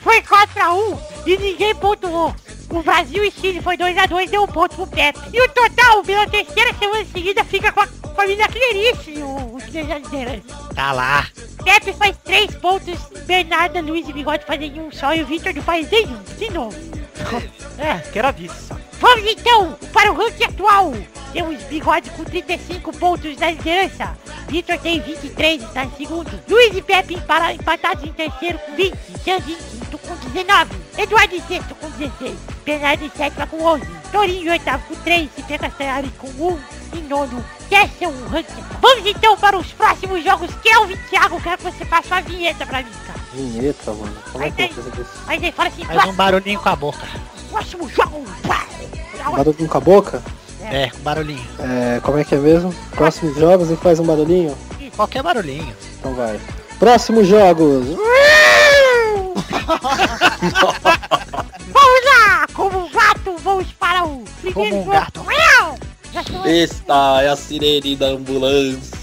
S15: foi 4x1 e ninguém pontuou. O Brasil e Chile foi 2x2 deu um ponto pro Pepe. E o total, pela terceira semana seguida, fica com a família Clerice, o, o que já liderança.
S2: Tá lá.
S15: Pepe faz 3 pontos, Bernardo, Luiz e Bigode fazem um só e o Victor não faz nenhum. De novo. É,
S1: que era disso.
S15: Vamos então para o ranking atual. Temos Bigode com 35 pontos na liderança. Vitor tem 23 e está em segundo. Luiz e Pepe empara- empatados em terceiro com 20. Xandinho em quinto com 19. Eduardo em sexto com 16. Bernardo em sétimo com 11. Torinho em oitavo com 3. E Pepe Castanhari com 1. Em nono. Esse é o ranking. Vamos então para os próximos jogos. Kelvin Thiago, quero que você faça uma vinheta pra mim, cara.
S9: Vinheta, mano. Como é que eu vou fazer isso?
S15: Mas aí fala assim,
S2: Faz um barulhinho com a boca.
S15: próximo jogo. Pá!
S9: Barulhinho com a boca?
S7: É, com barulhinho.
S9: É, como é que é mesmo? Próximos jogos e faz um barulhinho?
S7: Qualquer barulhinho.
S9: Então vai. Próximos jogos.
S15: Vamos lá! Como um gato, vamos para o primeiro
S14: Como um
S15: jogo.
S14: gato.
S15: Uau! Já estou-
S14: Esta é a sirene da ambulância.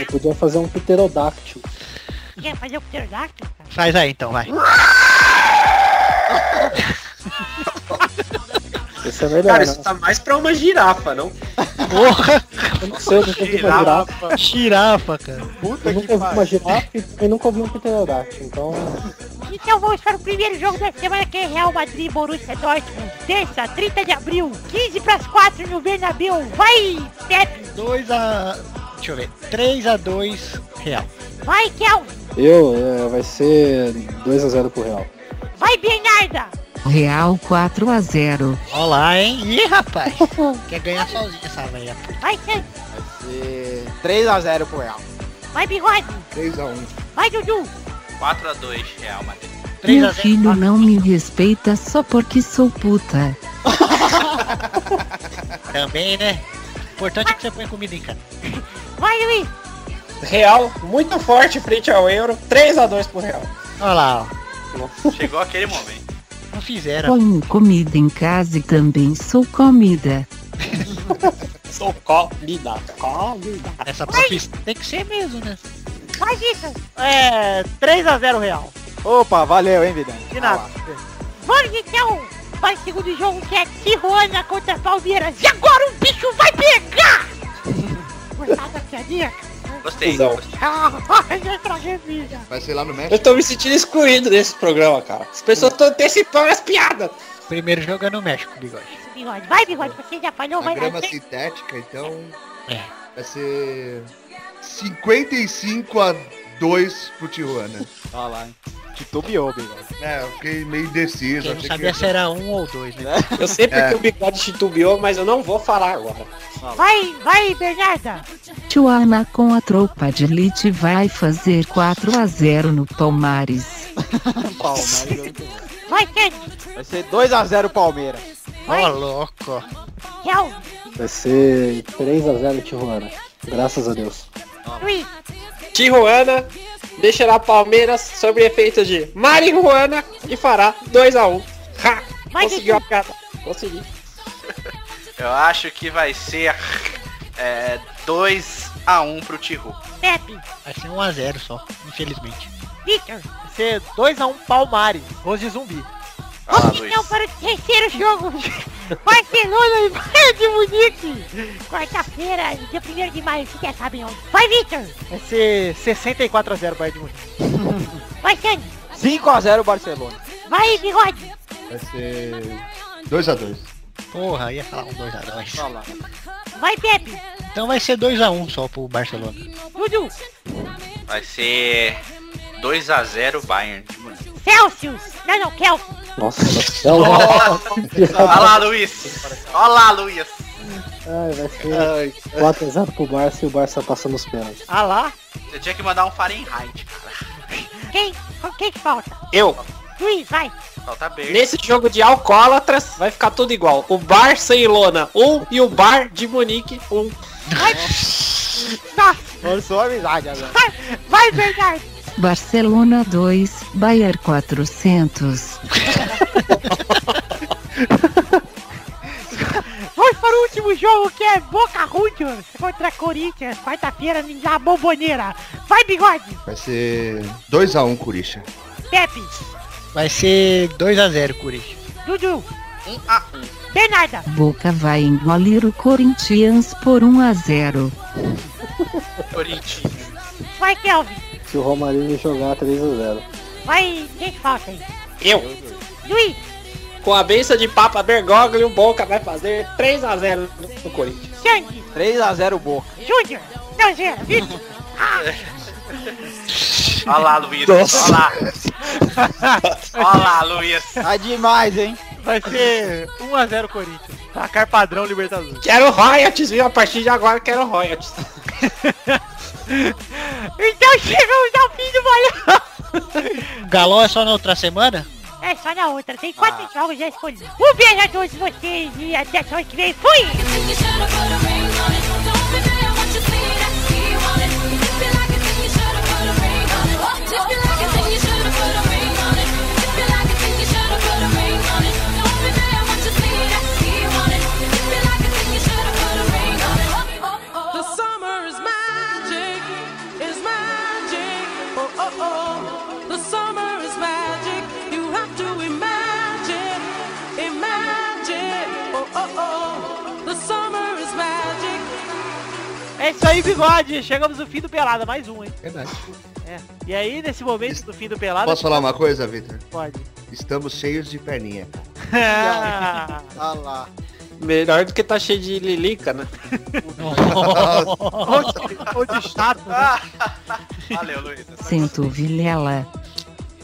S9: Eu podia fazer um pterodáctil.
S15: Quer fazer o pterodáctilo?
S7: Faz aí então, vai.
S9: Esse é melhor.
S14: Cara,
S9: né?
S14: isso tá mais pra uma girafa, não?
S7: Porra!
S9: Eu não sei, eu nunca vi uma
S7: Girafa.
S9: girafa.
S7: Girafa, cara.
S9: Eu nunca vi uma girafa e nunca vi um pterodáctil, então.
S15: Então vamos para o primeiro jogo da semana que é Real Madrid e Borussia Dortmund. Terça, 30 de abril, 15 para as 4 no Bernabéu. Vai, Pepe!
S7: 2 a... Deixa eu ver. 3 a 2 real.
S15: Vai, Kel!
S9: Eu, é, vai ser 2x0 pro Real.
S15: Vai, Bernarda!
S3: Real 4 a 0.
S7: Olha lá, hein? Ih, rapaz. Quer ganhar sozinho essa velha.
S15: Vai, Sam!
S5: E 3x0 pro Real.
S15: Vai, Bigode!
S6: 3x1.
S15: Vai, Dudu!
S8: 4x2 Real Madrid.
S3: Meu
S2: Ah.
S3: filho não me respeita só porque sou puta.
S7: Também, né? Importante é que você põe comida em casa.
S15: Vai, Luiz!
S13: Real, muito forte frente ao Euro. 3x2 pro Real.
S7: Olha lá, ó.
S8: Chegou aquele momento.
S7: Não fizeram.
S3: Ponho comida em casa e também sou comida.
S14: Sou comida.
S7: Comida. Essa profissão tem que ser mesmo, né?
S15: Faz isso!
S5: É, 3x0 Real. Opa, valeu, hein, Vidani?
S15: De nada. Vamos então para o segundo jogo que é Tijuana contra Palmeiras. E agora o bicho vai pegar! é Gostar da piadinha?
S8: Gostei.
S15: Ah, já estraguei a vida.
S6: Vai ser lá no México.
S13: Eu tô me sentindo excluído desse programa, cara. As pessoas estão antecipando as piadas.
S7: Primeiro jogo é no México, bigode.
S15: Bigode, vai bigode, você já falhou,
S6: A
S15: vai
S6: grama
S15: vai.
S6: sintética, então. Vai ser 55 a 2 pro Tijuana.
S5: Olha Tá lá, hein? Titubeou, Bigode.
S6: É, eu fiquei meio indeciso.
S7: Eu não
S6: achei
S7: sabia
S6: que-
S7: se era um ou dois, né?
S13: Eu sei porque
S6: É.
S13: o bigode titubeou, mas eu não vou falar agora.
S15: Vai, vai, Bernarda!
S3: Tijuana com a tropa de elite vai fazer 4 a 0 no Palmares.
S5: Palmeiras.
S13: né?
S15: Vai, Kenny!
S5: Vai ser 2x0 Palmeiras.
S7: Ó, louco.
S15: Real,
S9: Vai ser 3x0 Tijuana. Graças a Deus.
S15: Luiz!
S13: Tijuana deixará Palmeiras sob efeito de marihuana e fará 2x1. Ha!
S15: Vai,
S13: Conseguiu a piada. Consegui.
S8: Eu acho que vai ser é, 2x1 pro Tihu.
S15: Pepe,
S7: Vai ser 1x0 só, infelizmente.
S15: Victor!
S1: Vai ser 2x1 Palmares, gols de zumbi.
S15: Vamos então para o terceiro jogo! Barcelona e Bayern de Munique! Quarta-feira, dia 1 de maio, vocês já sabem onde. Vai, Victor!
S1: Vai ser 64x0 Bayern de Munique.
S15: Vai, Kenny!
S5: 5x0 Barcelona.
S15: Vai, Bigode!
S6: Vai ser 2x2.
S7: Porra, ia falar um 2x2.
S15: Vai, Pepe!
S7: Então vai ser 2x1 só pro Barcelona.
S15: Dudu!
S8: Vai ser 2x0 Bayern de Munique.
S15: Celsius! Não, não, Kelvin!
S9: Nossa,
S8: Olha lá, Luiz. Olha lá, Luiz.
S9: Ai, vai ser 4x0 pro Barça e o Barça passa nos pênaltis.
S8: Ah lá? Você tinha que mandar um Fahrenheit, cara.
S15: Quem? com Quem que falta?
S13: Eu.
S15: Luiz, vai!
S8: Falta bem.
S13: Nesse jogo de alcoólatras vai ficar tudo igual. O Barcelona 1 um, e o Bar de Munique 1. Um.
S15: Nossa!
S5: Forçou a amizade agora.
S15: Vai, Bernardo!
S3: Barcelona 2, Bayer 400.
S15: Vamos para o último jogo que é Boca Juniors contra Corinthians, quarta-feira na Bomboneira. Vai, Bigode!
S6: Vai ser 2x1 Corisha.
S15: Pepe!
S7: Vai ser 2x0, Corinthians.
S15: Dudu! Bernarda!
S3: Boca vai engolir o Corinthians por 1 a 0.
S8: Corinthians.
S15: Vai, Kelvin!
S9: Se o Romarinho jogar 3x0.
S15: Vai, quem que falta aí?
S13: Eu.
S15: Luiz!
S13: Com a benção de Papa Bergoglio, o Boca vai fazer 3x0 no Corinthians.
S15: Sangue!
S5: 3x0 Boca.
S15: Júnior! Não, Zé! Vitor!
S8: Olha lá, Luiz. Olha lá. Olha lá, Luiz.
S5: Tá demais, hein?
S1: Vai ser 1x0 Corinthians. Placar padrão Libertadores.
S13: Quero royalties, viu? A partir de agora quero royalties.
S15: Então chegamos ao fim do bolão!
S7: Galol é só na outra semana?
S15: É só na outra. Tem
S8: Ah.
S15: quatro jogos já escolhidos. Um beijo a todos vocês e até semana que vem. Fui!
S16: The summer is magic, is magic. Oh oh oh. The summer is magic. You have to imagine, imagine. Oh oh oh. The summer is magic.
S1: É isso aí, bigode. Chegamos no fim do Pelada, mais um, hein?
S6: Verdade.
S1: É. E aí, nesse momento do fim do Pelada...
S6: Posso falar uma coisa, Vitor?
S1: Pode.
S6: Estamos cheios de perninha.
S1: É.
S5: Tá lá.
S13: Melhor do que tá cheio de lilica, né?
S1: Onde Ah. chato, né?
S8: Valeu, Luiz.
S3: Sinto Vilela.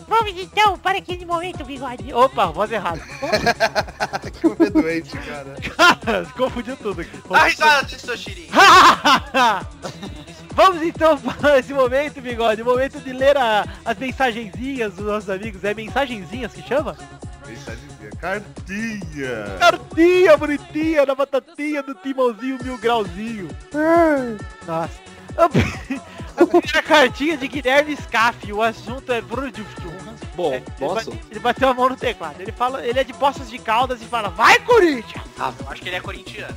S15: Vamos então para aquele momento, bigode.
S1: Opa, voz errada.
S6: Como é doente, cara.
S1: Cara, confundiu tudo aqui.
S8: Dá Tá risada de Soshiri.
S1: Vamos então para esse momento, bigode. O momento de ler a- as mensagenzinhas dos nossos amigos. É mensagenzinhas que chama?
S6: Mensagenzinha. tá Cartinha.
S1: Cartinha bonitinha da batatinha do Timãozinho Mil Grauzinho. Nossa. A pri- A primeira cartinha de Guilherme Scaff. O assunto é Bruno de
S14: Bom,
S1: ele,
S14: posso?
S1: bate- ele bateu a mão no teclado. Ele fala, ele é de Poças de Caldas e fala, vai Corinthians!
S8: Eu Acho que ele é corintiano.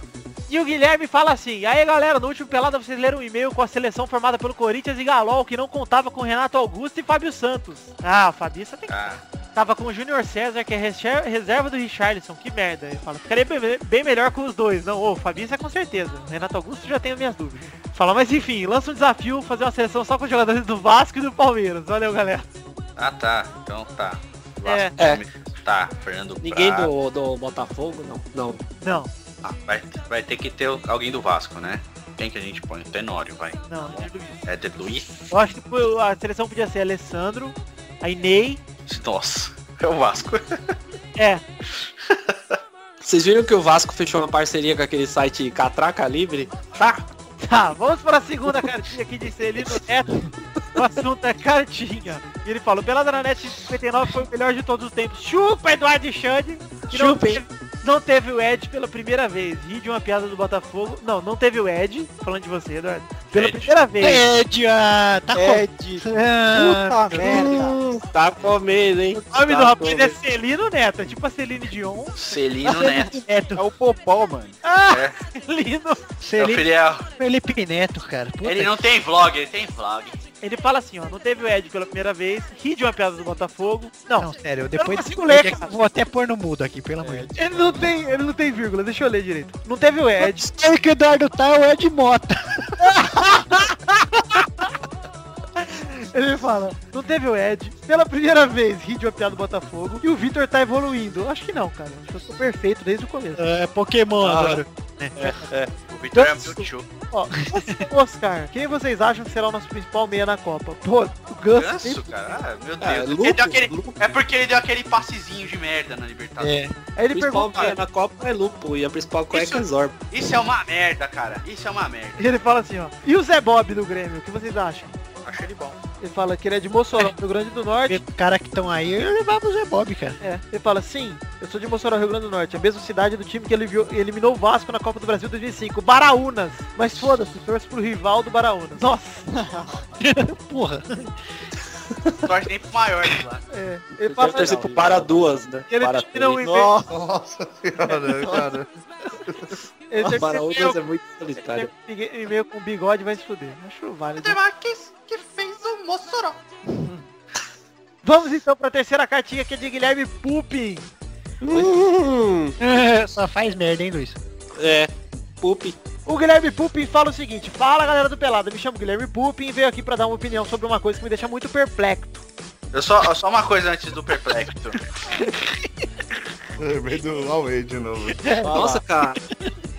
S1: E o Guilherme fala assim, aí galera, no último pelada vocês leram um e-mail com a seleção formada pelo Corinthians e Galol, que não contava com Renato Augusto e Fábio Santos. Ah, o Fabiça tem que... Tava com o Júnior César, que é reche- reserva do Richarlison, que merda. Ele fala, ficaria bem, bem melhor com os dois. Não, ô, Fabiça com certeza. Renato Augusto já tenho minhas dúvidas. Fala, mas enfim, lança um desafio, fazer uma seleção só com os jogadores do Vasco e do Palmeiras. Valeu, galera.
S8: Ah, tá. Então tá.
S1: É.
S8: Tá, Fernando
S13: Ninguém
S8: Prato.
S13: do, do Botafogo, não. Não.
S1: Não.
S8: Ah, vai, vai ter que ter alguém do Vasco, né? Quem que a gente põe? Tenório, vai.
S1: Não, não é do
S8: É de Luiz?
S1: Eu acho que pô, a seleção podia ser Alessandro, a Inei.
S8: Nossa, é o Vasco.
S1: É,
S13: Vocês viram que o Vasco fechou uma parceria com aquele site Catraca Livre?
S1: tá. Tá, vamos para a segunda cartinha aqui de Celino Neto. O assunto é cartinha. E ele fala, o Pelada na Net 59 foi o melhor de todos os tempos. Chupa, Eduardo Xande. que não
S13: Chupa, hein?
S1: teve- Não teve o Ed pela primeira vez. Ri de uma piada do Botafogo. Não, não teve o Ed. Falando de você, Eduardo. Pela primeira vez.
S2: Ed, ah, tá
S9: É
S1: Ed.
S2: Ah,
S1: Puta
S13: merda. Tá comendo, hein?
S1: O nome
S13: Tá
S1: do rapaz
S13: comendo.
S1: é Celino Neto. É tipo a Celine Dion.
S8: Celino Neto.
S1: É o Popó, mano. Ah, Celino.
S8: É o filial.
S2: Felipe Neto, cara. Puta
S8: Ele não tem vlog, ele tem vlog.
S1: Ele fala assim, ó, não teve o Ed pela primeira vez, ri de uma piada do Botafogo. Não,
S2: Não, sério, depois
S1: não consigo ler,
S2: eu
S1: cara.
S2: vou até pôr no mudo aqui, pelo amor de Deus.
S1: ele não tem, ele não tem vírgula, deixa eu ler direito. Não teve o Ed.
S2: Sei que o Eduardo tá é o Ed Mota.
S1: Ele fala, não teve o Ed, pela primeira vez ri de uma piada do Botafogo e o Vitor tá evoluindo. Acho que não, cara. Acho que eu sou perfeito desde o começo.
S2: É Pokémon
S1: Ah.
S2: agora.
S8: É, O Vitor é meu tio.
S1: Ó, Gus Oscar, quem vocês acham que será o nosso principal meia na Copa? Pô, o Gus.
S8: Ganso, cara. Ah, meu
S1: Ah,
S8: Deus.
S1: Lucas,
S8: Ele deu aquele- é porque ele deu aquele passezinho de merda na
S1: tá.
S2: É,
S8: Libertadores.
S1: Aí
S13: ele pergunta, na Copa é Lupo e a principal cueca é Zorba.
S8: Isso é uma merda, cara. Isso é uma merda.
S1: Ele fala assim, ó, e o Zé Bob do Grêmio, o que vocês acham?
S8: Acho ele bom.
S1: Ele fala que ele é de Mossoró, do Rio Grande do Norte.
S2: Os caras que estão aí, eu levava o Zé Bob, cara.
S1: É, ele fala, sim, eu sou de Mossoró, Rio Grande do Norte, a mesma cidade do time que eliviou- eliminou o Vasco na Copa do Brasil 2005, Baraunas. Mas foda-se, torço pro rival do Baraunas. Nossa! Porra!
S8: Torce nem pro maior de lá.
S1: É, ele
S13: Deve
S1: fala...
S13: torcer pro para duas, né?
S1: Ele
S13: para
S1: tira um
S13: três.
S1: e-mail.
S6: Nossa senhora, cara.
S1: Ele
S13: Nossa,
S1: deve
S13: para
S1: ter
S13: outras
S1: meio-
S13: é muito solitário.
S1: Ele tem e-mail com bigode vai se fuder. Acho válido.
S8: Marques é que fez o Mossoró.
S1: Vamos então pra terceira cartinha que é de Guilherme Pupin.
S2: Hum.
S1: É,
S2: Só faz merda, hein, Luiz?
S13: É, Pupi.
S1: O Guilherme Pupin fala o seguinte, fala galera do Pelada, me chamo Guilherme Pupin e venho aqui pra dar uma opinião sobre uma coisa que me deixa muito perplexo.
S8: Eu só, só uma coisa antes do perplexo.
S6: Lembrei do Huawei de novo.
S8: Nossa,
S13: cara.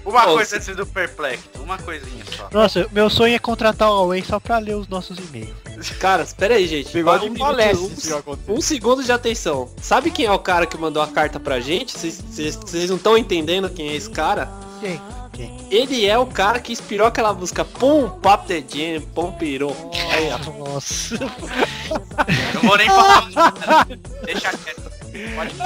S8: Uma
S6: Nossa.
S8: coisa antes do perplexo. Uma coisinha só.
S2: Nossa, meu sonho é contratar o Huawei só pra ler os nossos e-mails.
S13: Cara, espera aí, gente.
S5: Bigode
S13: minuto,
S5: falece
S13: um-
S5: se já acontecer.
S13: um, segundo de atenção. Sabe quem é o cara que mandou a carta pra gente? Vocês- Vocês vocês não estão entendendo quem é esse cara?
S2: Quem?
S13: Ele é o cara que inspirou aquela música Pum Pap The Jam, Pum Pirou. Aí, ó.
S2: Nossa.
S8: Não vou nem falar. Deixa quieto. Pode.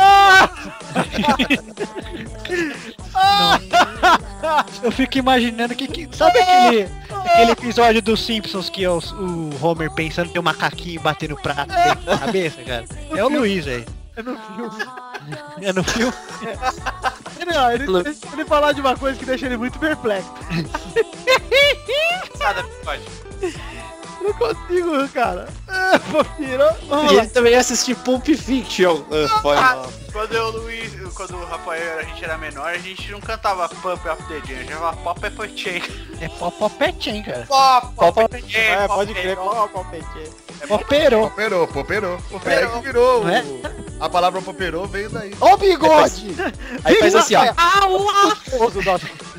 S2: Eu fico imaginando que, que- sabe aquele, aquele episódio dos Simpsons que é o, o Homer pensando que tem um macaquinho batendo prato dentro da cabeça, cara? É o Luiz aí.
S1: Eu não vi.
S2: É no filme.
S1: Não, ele, ele, ele falar de uma coisa que deixa ele muito perplexo.
S8: Nada, pode.
S1: Não consigo, cara. Ah, Vampiro, vamos
S14: E
S1: lá.
S14: ele também assiste Pulp Fiction. Ah, foi mal.
S8: Quando eu, Luiz, quando o Rafael a gente era menor, a gente não cantava Pump Up the Jam, a gente chamava Pop Apple Chain.
S2: É popopetinho, cara.
S8: Pop, Pop Apple Chain.
S5: É,
S8: Pop
S5: pode
S8: Apple
S5: crer,
S8: Jam.
S5: ó, palpite.
S2: Poperou.
S6: Poperou, poperou.
S5: Poperou.
S6: É aí que virou.
S5: Não é?
S6: o- A palavra poperou veio daí.
S5: Ó o bigode!
S6: Aí faz assim, ó.
S15: Ah,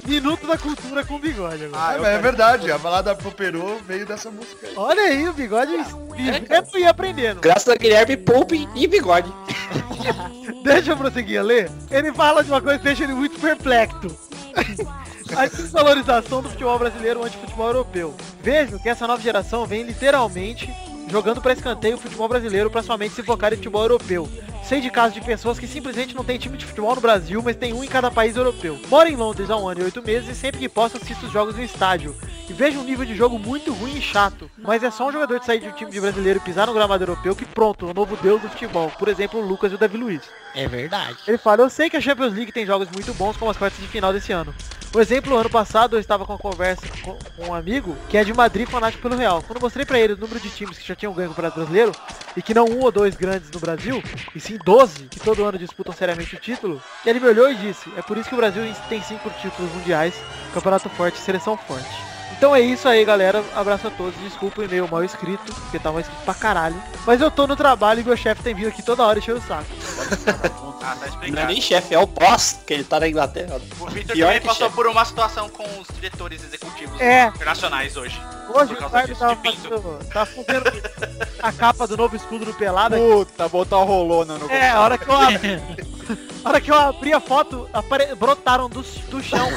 S1: Minuto da cultura com bigode agora.
S6: Ah, mas é verdade, a balada poperou veio dessa música.
S1: Olha aí, o bigode vivendo e aprendendo.
S13: Graças a Guilherme Poupe e bigode.
S1: Deixa eu prosseguir a ler. Ele fala de uma coisa que deixa ele muito perplexo. A desvalorização do futebol brasileiro ante o futebol europeu. Vejo que essa nova geração vem literalmente jogando para escanteio o futebol brasileiro para somente se focar em futebol europeu. Sei de casos de pessoas que simplesmente não tem time de futebol no Brasil, mas tem um em cada país europeu. Moro em Londres há um ano e oito meses e sempre que posso assisto os jogos no estádio. E vejo um nível de jogo muito ruim e chato. Mas é só um jogador de sair de um time de brasileiro e pisar no gramado europeu que pronto, é o novo deus do futebol. Por exemplo, o Lucas e o Davi Luiz.
S2: É verdade.
S1: Ele fala, eu sei que a Champions League tem jogos muito bons como as quartas de final desse ano. Por exemplo, ano passado eu estava com uma conversa com com um amigo que é de Madrid fanático pelo Real. Quando eu mostrei pra ele o número de times que já tinham ganho o Campeonato Brasileiro, e que não um ou dois grandes no Brasil, e sim 12, que todo ano disputam seriamente o título, ele me olhou e disse, é por isso que o Brasil tem cinco títulos mundiais, campeonato forte, seleção forte. Então é isso aí, galera. Abraço a todos. Desculpa o e-mail mal escrito, porque tá mal escrito pra caralho. Mas eu tô no trabalho e meu chefe tem vindo aqui toda hora encher o saco.
S8: Ah, tá explicado.
S14: Não é nem chefe, é o boss, que ele tá na Inglaterra.
S8: O Victor
S14: Pior
S8: também
S14: que
S8: passou
S14: chefe.
S8: por uma situação com os diretores executivos
S1: É.
S8: internacionais hoje.
S1: Hoje
S8: por
S1: o
S8: causa
S1: Caio
S8: disso.
S1: tava fazendo, tava fazendo a capa do novo escudo do Pelada.
S5: Puta, botar o rolona no
S1: É, a hora que eu abri, a hora que eu abri a foto, apare- brotaram do, do chão.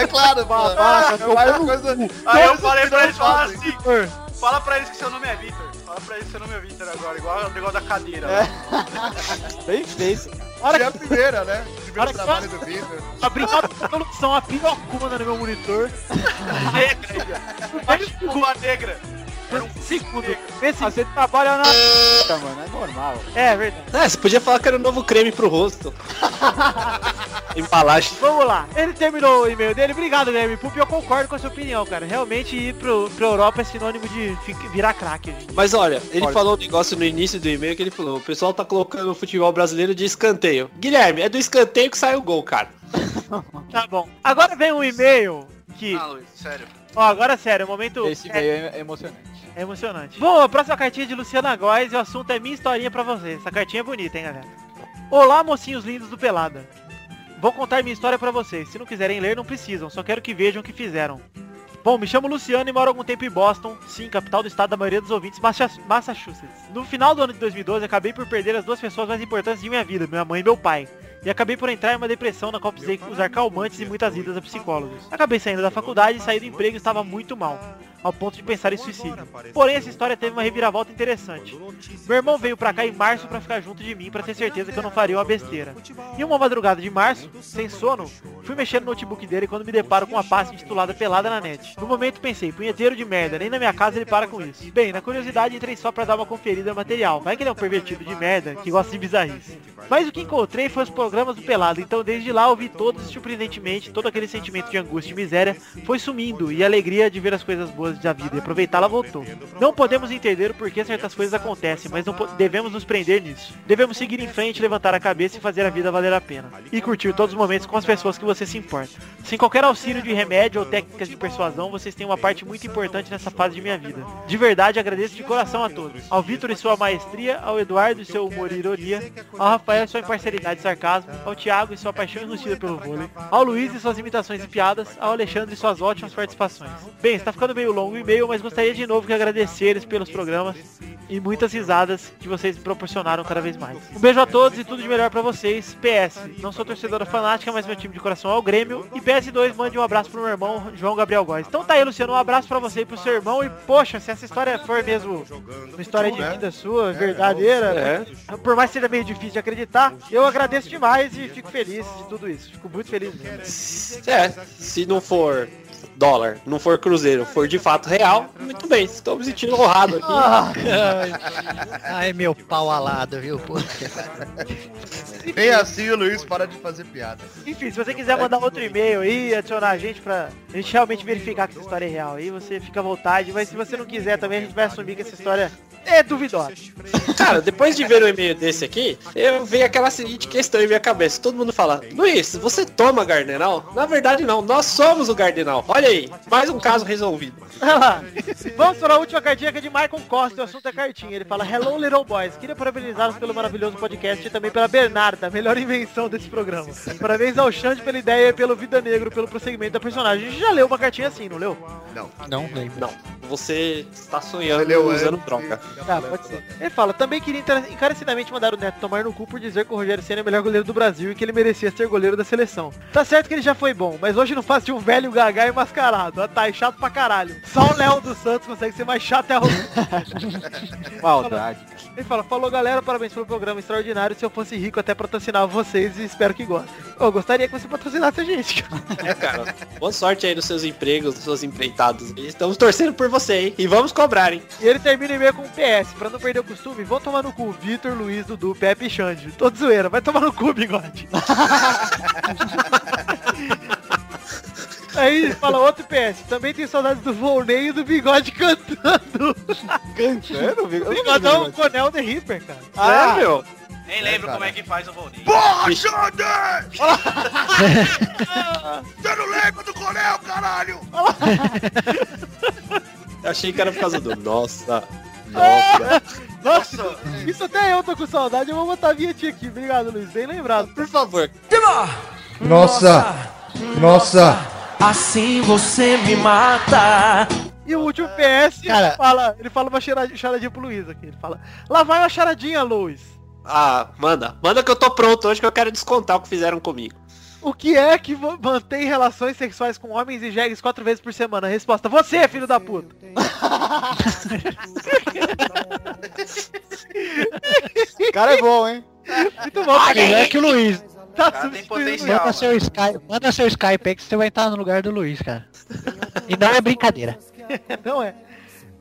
S6: É claro,
S1: Babaca,
S6: mano.
S1: vai
S6: Aí
S1: no
S8: Aí eu falei pra eles, fala
S6: fazem.
S8: assim, fala pra eles que seu nome é Victor. Fala pra eles que seu nome é Victor agora, igual o negócio da cadeira.
S5: Bem feito.
S1: Hora que
S6: a primeira, né? O primeiro
S1: Hora que-
S6: trabalho do Vitor.
S1: Abri a produção, a pirocuna no meu monitor.
S8: Uma negra.
S1: é um Segundo. Esse...
S5: Você trabalha na... Tá, mano, é normal.
S1: É verdade.
S14: É, você podia falar que era um novo creme pro rosto. Embalagem.
S1: Vamos lá. Ele terminou o e-mail dele. Obrigado, Guilherme Pupi. Eu concordo com a sua opinião, cara. Realmente ir pro, pra Europa é sinônimo de fi- virar craque. gente.
S14: Mas olha, ele
S1: Olha.
S14: falou um negócio no início do e-mail que ele falou, o pessoal tá colocando o futebol brasileiro de escanteio. Guilherme, é do escanteio que sai o gol, cara.
S1: Tá bom. Agora vem um e-mail que...
S8: Ah, Luiz, sério.
S1: Ó, agora sério, é um momento...
S5: Esse meio é emocionante.
S1: É emocionante. Bom, a próxima cartinha é de Luciana Góes e o assunto é minha historinha pra vocês. Essa cartinha é bonita, hein, galera? Olá, mocinhos lindos do Pelada. Vou contar minha história pra vocês. Se não quiserem ler, não precisam. Só quero que vejam o que fizeram. Bom, me chamo Luciano e moro há algum tempo em Boston, sim, capital do estado da maioria dos ouvintes, Massa- Massachusetts. No final do ano de 2012, acabei por perder as duas pessoas mais importantes de minha vida, minha mãe e meu pai. E acabei por entrar em uma depressão na qual precisei usar calmantes e muitas idas a psicólogos. Acabei saindo da faculdade e saí do emprego e estava muito mal, ao ponto de pensar em suicídio. Porém, essa história teve uma reviravolta interessante. Meu irmão veio pra cá em março pra ficar junto de mim pra ter certeza que eu não faria uma besteira. E uma madrugada de março, sem sono, fui mexendo no notebook dele quando me deparo com uma pasta intitulada Pelada na Net. No momento pensei, punheteiro de merda, nem na minha casa ele para com isso. Bem, na curiosidade entrei só pra dar uma conferida no material. Vai que ele é um pervertido de merda que gosta de bizarrice. Mas o que encontrei foi os programas do Pelado, então desde lá ouvi todos e surpreendentemente todo aquele sentimento de angústia e miséria foi sumindo e a alegria de ver as coisas boas da vida e aproveitá-la voltou. Não podemos entender o porquê certas coisas acontecem, mas não po- devemos nos prender nisso. Devemos seguir em frente, levantar a cabeça e fazer a vida valer a pena. E curtir todos os momentos com as pessoas que você se importa. Sem qualquer auxílio de remédio ou técnicas de persuasão, vocês têm uma parte muito importante nessa fase de minha vida. De verdade, agradeço de coração a todos. Ao Vitor e sua maestria, ao Eduardo e seu humor e ironia, ao Rafael e sua imparcialidade e sarcasmo, ao Thiago e sua paixão enrustida pelo vôlei, né? ao Luiz e suas imitações e piadas, ao Alexandre e suas ótimas participações. Bem, está ficando meio longo o e-mail, mas gostaria de novo que agradeceres pelos programas. e muitas risadas que vocês me proporcionaram cada vez mais. Um beijo a todos e tudo de melhor pra vocês. PS, não sou torcedora fanática, mas meu time de coração é o Grêmio. E PS2, mande um abraço pro meu irmão João Gabriel Góes. Então tá aí, Luciano, um abraço pra você e pro seu irmão. E poxa, se essa história for mesmo uma história de vida sua, verdadeira, né? por mais que seja meio difícil de acreditar, eu agradeço demais e fico feliz de tudo isso. Fico muito feliz mesmo.
S14: É, se não for dólar, não for cruzeiro, for de fato real, muito bem, estou me sentindo honrado aqui.
S2: Ai, meu pau alado, viu? pô?
S6: Bem assim, o Luiz para de fazer piada.
S1: Enfim, se você quiser mandar outro e-mail aí, adicionar a gente pra a gente realmente verificar que essa história é real aí, você fica à vontade. Mas se você não quiser também, a gente vai assumir que essa história é duvidosa.
S14: Cara, depois de ver um e-mail desse aqui, eu vi aquela seguinte questão em minha cabeça. Todo mundo fala, Luiz, você toma Gardenal? Na verdade não, nós somos o Gardenal. Olha aí, mais um caso resolvido.
S1: Vamos para a última cartinha que é de Michael Costa, o assunto é cartinha. Ele fala, Hello Little Boys, queria parabenizá-los pelo maravilhoso podcast e também pela Bernarda, a melhor invenção desse programa. Parabéns ao Xande pela ideia e pelo Vida Negro, pelo prosseguimento da personagem. A gente já leu uma cartinha assim, não leu?
S6: Não.
S2: Não lembro.
S14: Não. Você está sonhando
S6: Ele é o
S14: usando
S6: antes-
S14: droga.
S1: Ah, pode ser. Ele fala, também queria entra- encarecidamente mandar o Neto tomar no cu por dizer que o Rogério Senna é o melhor goleiro do Brasil e que ele merecia ser goleiro da seleção. Tá certo que ele já foi bom, mas hoje não faz de um velho gagá e mascarado. Ah tá, é chato pra caralho. Só o Léo dos Santos consegue ser mais chato e arrogante.
S5: Maldade.
S1: Ele fala, falou galera, parabéns pelo programa extraordinário. Se eu fosse rico até patrocinava vocês e espero que gostem. Eu gostaria que você patrocinasse a gente.
S14: É, cara. Boa sorte aí nos seus empregos, nas suas empreitadas. Estamos torcendo por você, hein? E vamos cobrar, hein?
S1: E ele termina e meio com um PS, pra não perder o costume, vão tomar no cu Vitor, Luiz, Dudu, Pepe e Xande. Tô de zoeira, vai tomar no cu, bigode. Aí fala outro PS, também tem saudades do Volney e do Bigode cantando.
S5: Cantando?
S1: O Bigodão, o um Conel The Reaper, cara. É,
S14: Ah, meu.
S8: Nem lembro como é que faz o Volney.
S11: Porra, Xande! Você não lembra do Coronel, caralho?
S14: Eu achei que era por causa do. Nossa. Nossa.
S1: Nossa, isso até eu tô com saudade, eu vou botar a vinheta aqui. Obrigado, Luiz, bem lembrado. Por favor.
S10: Nossa. Nossa.
S1: Assim você me mata. E o
S14: É,
S1: último PS ele fala, ele fala uma charadinha, charadinha pro Luiz aqui. Ele fala, lá vai uma charadinha, Luiz.
S14: Ah, manda. Manda que eu tô pronto hoje que eu quero descontar o que fizeram comigo.
S1: O que é que vo- mantém relações sexuais com homens e jegues quatro vezes por semana? Resposta, você, filho da puta.
S5: O cara é bom, hein?
S1: Muito bom.
S2: Melhor é que o Luiz.
S1: Tá
S2: Manda seu, Skype, manda seu Skype aí que você vai entrar no lugar do Luiz, cara. E não é brincadeira.
S1: não é.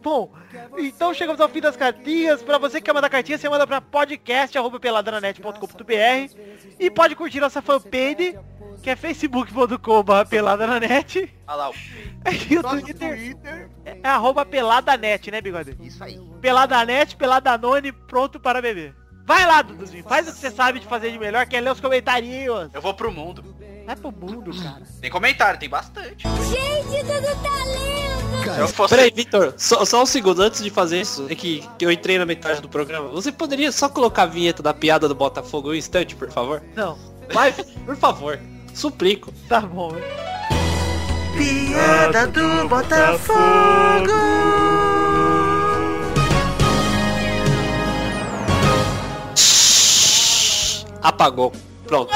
S1: Bom, então chegamos ao fim das cartinhas. Pra você que quer mandar cartinha, você manda pra podcast.peladranet.com.br e pode curtir nossa fanpage, que é facebook.com.br peladanet.
S8: Olha lá, o
S1: E o Twitter, é, é arroba peladanet, né, bigode? Isso aí. Peladanet, peladanone, pronto para beber. Vai lá, Duduzinho, faz o que você sabe de fazer de melhor, quer ler os comentários.
S8: Eu vou pro mundo.
S1: Vai pro mundo, cara.
S8: Tem comentário, tem bastante.
S16: Gente, tudo tá lindo!
S8: Se eu fosse-
S14: Peraí, Vitor, só, só um segundo antes de fazer isso, é que, que eu entrei na metade do programa. Você poderia só colocar a vinheta da piada do Botafogo um instante, por favor?
S1: Não.
S14: Vai, por favor. Suplico.
S1: Tá bom.
S16: Piada do Botafogo!
S14: Apagou. Pronto.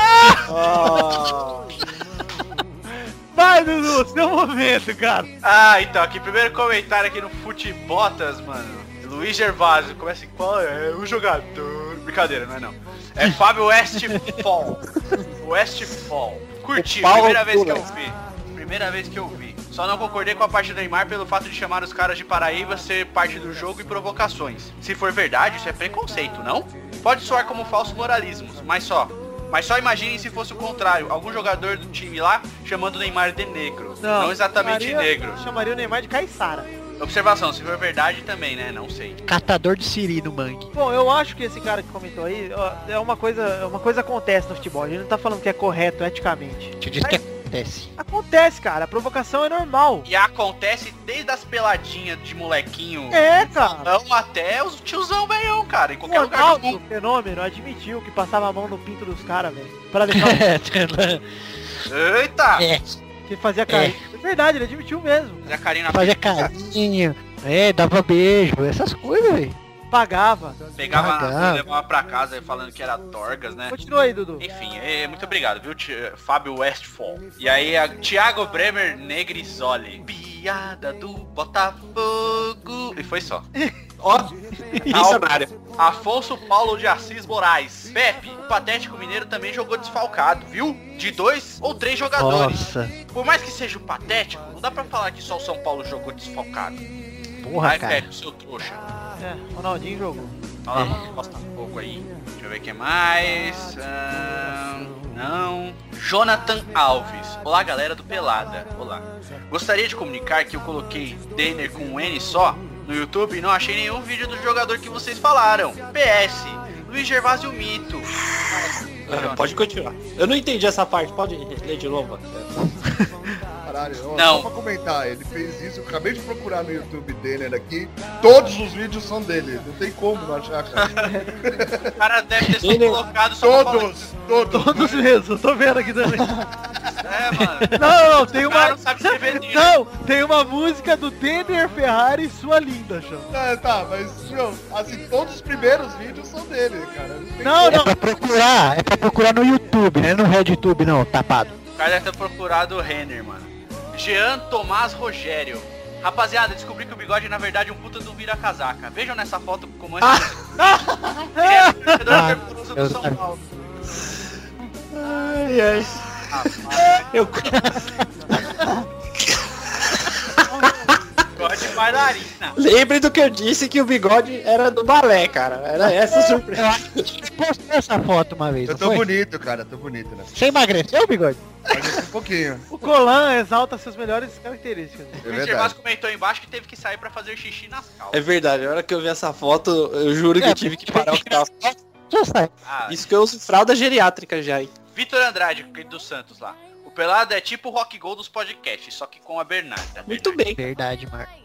S1: Vai, Dudu, seu momento, cara.
S8: Ah, então, aqui, primeiro comentário aqui no Futebotas, mano. Luiz Gervásio, começa assim, qual é o jogador? Brincadeira, não é não. É Fábio Westfall. Westfall. Curti,
S14: O pau é
S8: primeira
S14: do
S8: vez que eu
S14: West.
S8: vi. Primeira vez que eu vi. Só não concordei com a parte do Neymar pelo fato de chamar os caras de Paraíba ser parte do jogo e provocações. Se for verdade, isso é preconceito, não? Pode soar como falso moralismos, mas só. Mas só imaginem se fosse o contrário, algum jogador do time lá chamando o Neymar de negro. Não, exatamente
S1: chamaria-
S8: negro.
S1: Chamaria o Neymar de Caissara.
S8: Observação, se for verdade também, né? Não sei.
S2: Catador de siri no mangue.
S1: Bom, eu acho que esse cara que comentou aí, ó, é uma coisa, uma coisa acontece no futebol. A gente não tá falando que é correto eticamente.
S2: Te diz que acontece.
S1: Acontece, cara. A provocação é normal.
S8: E acontece desde as peladinhas de molequinho
S1: É, cara.
S8: não até os tiozão velhão, cara. Em
S1: O
S8: qualquer lugar do
S1: Ronaldo,
S8: mundo.
S1: o fenômeno, admitiu que passava a mão no pinto dos caras, velho. Pra deixar
S8: Eita!
S2: É.
S1: que fazia cair. É. verdade, ele admitiu mesmo.
S8: E a Karina
S2: Fazer carinho. É, dava beijo, né, essas coisas, velho.
S1: Pagava.
S8: Pegava
S1: Pagava.
S8: e levava pra casa falando que era Torgas, né?
S1: Continua aí, Dudu.
S8: Enfim, é, muito obrigado, viu, Ti- Fábio Westfall. E aí, a Thiago Bremer Negrisoli. Piada do Botafogo. E foi só. Ó, Missionário. Afonso Paulo de Assis Moraes. Pepe, o patético mineiro também jogou desfalcado, viu? De dois ou três jogadores.
S2: Nossa.
S8: Por mais que seja o patético, não dá pra falar que só o São Paulo jogou desfalcado.
S2: Porra,
S8: Vai,
S2: cara.
S8: Pepe, seu trouxa.
S1: É, Ronaldinho jogou.
S8: Olha lá, gosta um pouco aí. Deixa eu ver o que mais. Ahn, não. Jonathan Alves. Olá, galera do Pelada. Olá. Gostaria de comunicar que eu coloquei Denner com um N só no YouTube e não achei nenhum vídeo do jogador que vocês falaram. PS. Luiz Gervásio Mito.
S13: Ah, Pode continuar. Eu não entendi essa parte, pode ler de novo.
S6: Caralho, ó,
S13: Não.
S6: só pra comentar, ele fez isso, eu acabei de procurar no YouTube dele aqui, todos os vídeos são dele, não tem como não achar, cara.
S8: O cara deve ter sido
S6: Denner.
S8: colocado só pra falar-
S6: todos, todos,
S1: Todos mesmo, eu tô vendo aqui também.
S8: É, mano.
S1: Não, não, tem uma.
S8: Não sabe escrever nem.
S1: Não, tem uma música do Denner Ferrari, sua linda, chama.
S6: Tá, tá, mas, meu, assim, todos os primeiros vídeos são dele, cara. tem
S1: Não,
S6: como.
S1: não.
S2: É pra procurar, é pra procurar no YouTube, né? No RedTube não, tapado.
S8: O cara deve ter procurado o Renner, mano. Jean Tomás Rogério. Rapaziada, descobri que o bigode é, na verdade é um puta do vira-casaca. Vejam nessa foto como antes.
S13: Ah!
S8: Ele era um torcedor fervoroso
S2: Ah,
S8: do
S2: eu
S8: São
S13: tá-
S2: sabia.
S8: Paulo.
S7: Ai, ai.
S13: Eu...
S8: Ah, Bigode bailarina.
S13: Lembre do que eu disse que o bigode era do balé, cara. Era essa a surpresa.
S2: Eu acho que você postou essa foto uma vez,
S6: Eu
S2: não
S6: tô
S2: foi?
S6: bonito, cara, tô bonito, né?
S2: Você emagreceu, bigode?
S6: Um pouquinho.
S1: O Colan exalta suas melhores características.
S6: É
S8: O Luiz Gervásio comentou aí embaixo que teve que sair pra fazer xixi nas calças.
S13: É verdade, a hora que eu vi essa foto, eu juro que eu tive que parar o que tava.
S8: Ah,
S13: Isso que eu uso fralda geriátrica já, hein?
S8: Vitor Andrade, aquele do Santos lá. O Pelado é tipo o Rock Gold dos podcasts, só que com a Bernarda.
S13: Muito bem.
S2: é Verdade, Marco.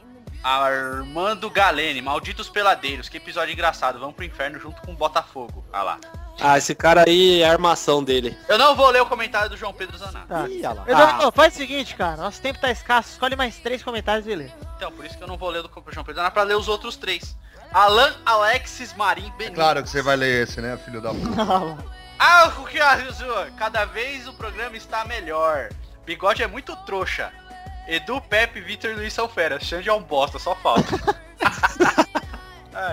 S8: Armando Galene, malditos peladeiros, que episódio engraçado. Vamos pro inferno junto com o Botafogo. Ah lá.
S13: Ah, esse cara aí é a armação dele.
S8: Eu não vou ler o comentário do João Pedro Zanato.
S1: Tá.
S13: Ih, olha lá.
S5: é
S8: Ah.
S13: Ah,
S1: Eduardo, faz o seguinte, cara. Nosso tempo tá escasso. Escolhe mais três comentários e lê.
S6: Tá.
S8: Então, por isso que eu não vou ler do do João Pedro Zanato pra ler os outros três. Alan Alexis Marim Benito.
S6: Claro que você vai ler esse, né, filho da puta.
S8: Ah, o que azul? Cada vez o programa está melhor. Bigode é muito trouxa. Edu, Pepe, Vitor e Luiz são feras. Xande é um bosta, só falta.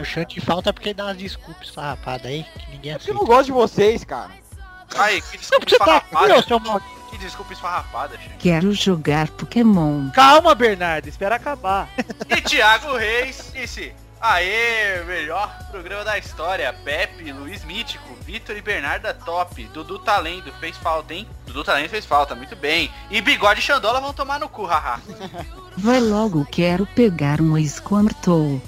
S2: O Xande falta porque dá umas desculpas essa rapada aí, que ninguém
S5: É Eu
S2: aceita.
S5: não gosto de vocês, cara.
S8: Ai, que
S2: Por
S8: desculpa
S2: que você tá aqui,
S8: esfarrapada.
S2: ô seu mal...
S8: Que desculpa esfarrapada, Xande.
S3: Quero jogar Pokémon.
S1: Calma, Bernardo. Espera acabar.
S8: E Thiago Reis disse... Aê, melhor programa da história. Pepe, Luiz Mítico, Vitor e Bernarda top. Dudu Talento fez falta, hein? Dudu Talento fez falta, muito bem. E Bigode e Xandola vão tomar no cu, haha.
S3: Vai logo, quero pegar um esquamtou.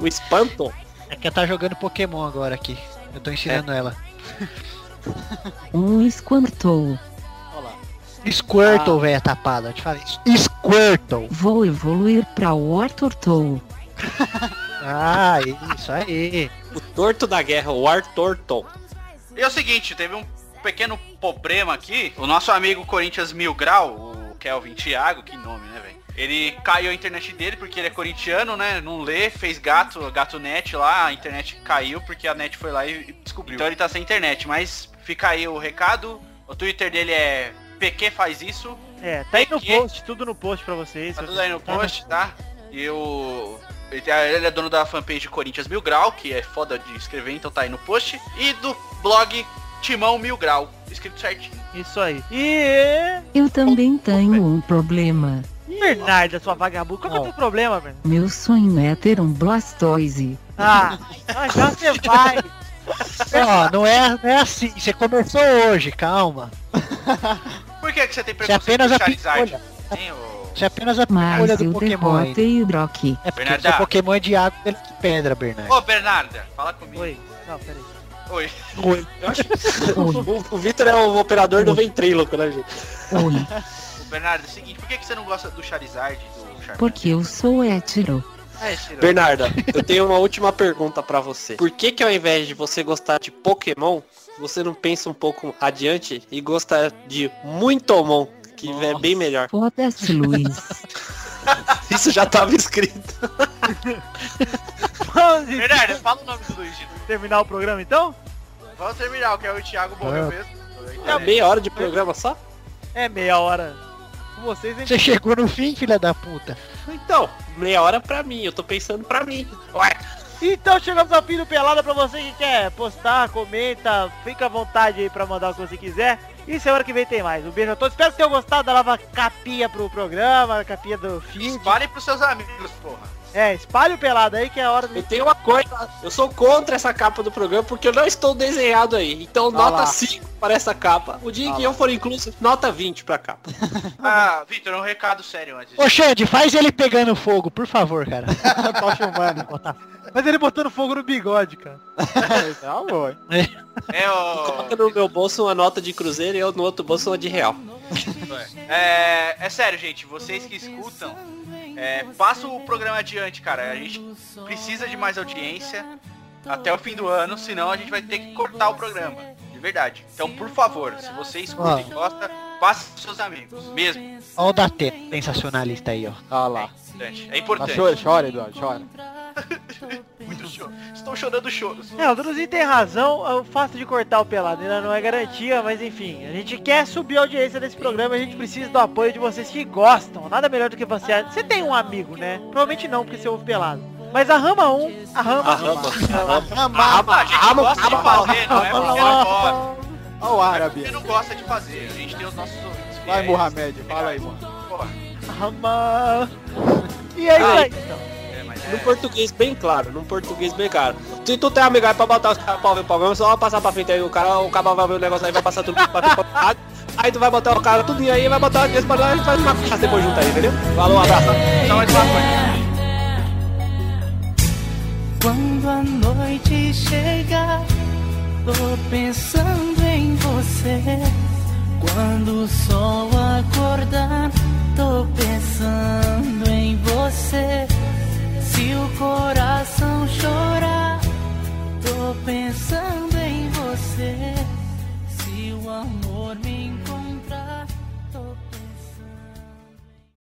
S13: O espanto.
S2: É que ela tá jogando Pokémon agora aqui. Eu tô ensinando
S6: É.
S2: ela.
S3: Um esquamtou.
S6: Ah.
S2: Squirtle, velha tapada, eu te falei. Squirtle.
S3: Vou evoluir pra Ortortou.
S2: Ah, isso aí.
S13: O torto da guerra, o Artorton.
S8: E é o seguinte, teve um pequeno problema aqui. O nosso amigo Corinthians Mil Grau, o Kelvin Thiago, que nome, né, velho? Ele caiu a internet dele porque ele é corintiano, né? Não lê, fez gato, gato net lá, a internet caiu porque a net foi lá e e descobriu. Então ele tá sem internet, mas fica aí o recado. O Twitter dele é PQ faz isso.
S1: É, tá aí no post, tudo no post pra vocês.
S8: Tá tudo aí no post, tá? E o. Ele ele é dono da fanpage Corinthians Mil Grau, que é foda de escrever, então tá aí no post. E do blog Timão Mil Grau, escrito certinho.
S1: Isso aí. E...
S3: Eu também tenho um problema.
S1: Bernarda, sua vagabunda. Qual que é o teu problema, Bernardo?
S3: Meu sonho é ter um Blastoise.
S1: Ah, ah, já você vai.
S2: Ó, não é, não é assim. Você começou hoje, calma.
S8: Por que, que você tem
S2: Você apenas a
S8: Charizard?
S2: picolha.
S8: Tem o...
S2: Você apenas a escolha
S3: Mas
S2: do
S3: eu
S2: Pokémon ainda.
S3: derrotei o Brock.
S2: É porque
S8: Bernarda.
S2: o seu Pokémon é de água ele é de pedra, Bernardo.
S8: Ô, Bernarda, fala comigo.
S1: Oi. Não, peraí.
S8: Oi.
S2: Oi.
S13: Eu acho que o, o Vitor é o operador do ventríloco, né, gente?
S8: Bernarda, é o seguinte, por que, que você não gosta do Charizard e do Charmander?
S3: Porque eu sou hétero.
S8: Ah, esse não.
S13: Bernarda, eu tenho uma última pergunta pra você. Por que que ao invés de você gostar de Pokémon, você não pensa um pouco adiante e gosta de Muitomon, que é bem melhor?
S3: Foda-se, Luiz.
S13: Isso já tava escrito.
S8: Bernardo, fala o nome do Luiz.
S1: Terminar o programa então?
S8: Vamos terminar, que é o Thiago morreu
S1: Ah.
S8: mesmo.
S2: Tá
S8: Então,
S13: É meia hora de programa só?
S1: É meia hora. Com vocês, hein?
S2: Você chegou no fim, filha da puta.
S13: Então, meia hora pra mim, eu tô pensando pra mim. Ué,
S1: Então chegamos ao fim do Pelada pra você que quer postar, comenta, fica à vontade aí pra mandar o que você quiser. E semana que vem tem mais. Um beijo a todos. Espero que tenham gostado da nova capinha pro programa, a capinha do feed.
S8: Espalhe pros seus amigos, porra.
S1: É, espalhe o Pelada aí que é a hora do...
S13: Eu tenho uma coisa, eu sou contra essa capa do programa porque eu não estou desenhado aí. Então
S14: Tá.
S13: nota
S1: lá.
S13: 5 para essa capa. O dia
S8: Ah
S13: que
S8: lá.
S13: eu for incluso, nota 20 pra capa.
S8: Ah, Vitor, um recado sério antes.
S2: Ô Xande, faz ele pegando fogo, por favor, cara. Tocha humana, Botafogo.
S1: Mas ele botando fogo no bigode, cara.
S13: Tá bom.
S8: É,
S13: Coloca no meu bolso uma nota de cruzeiro e eu no outro bolso uma de real.
S8: É, é sério, gente, vocês que escutam, é, passa o programa adiante, cara. A gente precisa de mais audiência até o fim do ano, senão a gente vai ter que cortar o programa. De verdade. Então, por favor, se você escuta
S2: Ó.
S8: e gosta, passe pros seus amigos. Mesmo.
S2: Olha o da sensacionalista aí, ó.
S8: Olha lá. É importante.
S5: Mas Tá, chora, chora, Eduardo, chora.
S8: Muito choro. Estou chorando choros.
S1: É, o Druzinho tem razão, é o fato de cortar o pelado ainda não é garantia, mas enfim, a gente quer subir a audiência desse programa, a gente precisa do apoio de vocês que gostam, nada melhor do que você. Você tem um amigo, né? Provavelmente não, porque você ouve pelado. Mas a Rama 1, a Rama.
S8: Ah, a gente gosta de fazer, não é porque não
S5: Olha
S8: gosta.
S5: o árabe.
S8: Porque não gosta de fazer. A gente tem os nossos ouvintes. É,
S5: Vai,
S13: É
S8: fiéis.
S5: Mohamed, fala aí, mano.
S8: Porra.
S1: Rama. E é isso
S13: Ah,
S1: aí.
S8: É, mas
S13: Num português bem claro, num português bem claro. Se tu tem um amigo aí pra botar os caras pra ver o programa, só passar pra frente aí, o cara, o cara vai ver o negócio aí, vai passar tudo pra frente. pra trás. Aí tu vai botar o cara tudo aí, vai botar o dinheiro pra lá e faz uma caça depois junto aí, entendeu? Falou, um abraço.
S8: Só mais uma coisa.
S16: Quando a noite chega, tô pensando em você. Quando o sol acordar, tô pensando em você.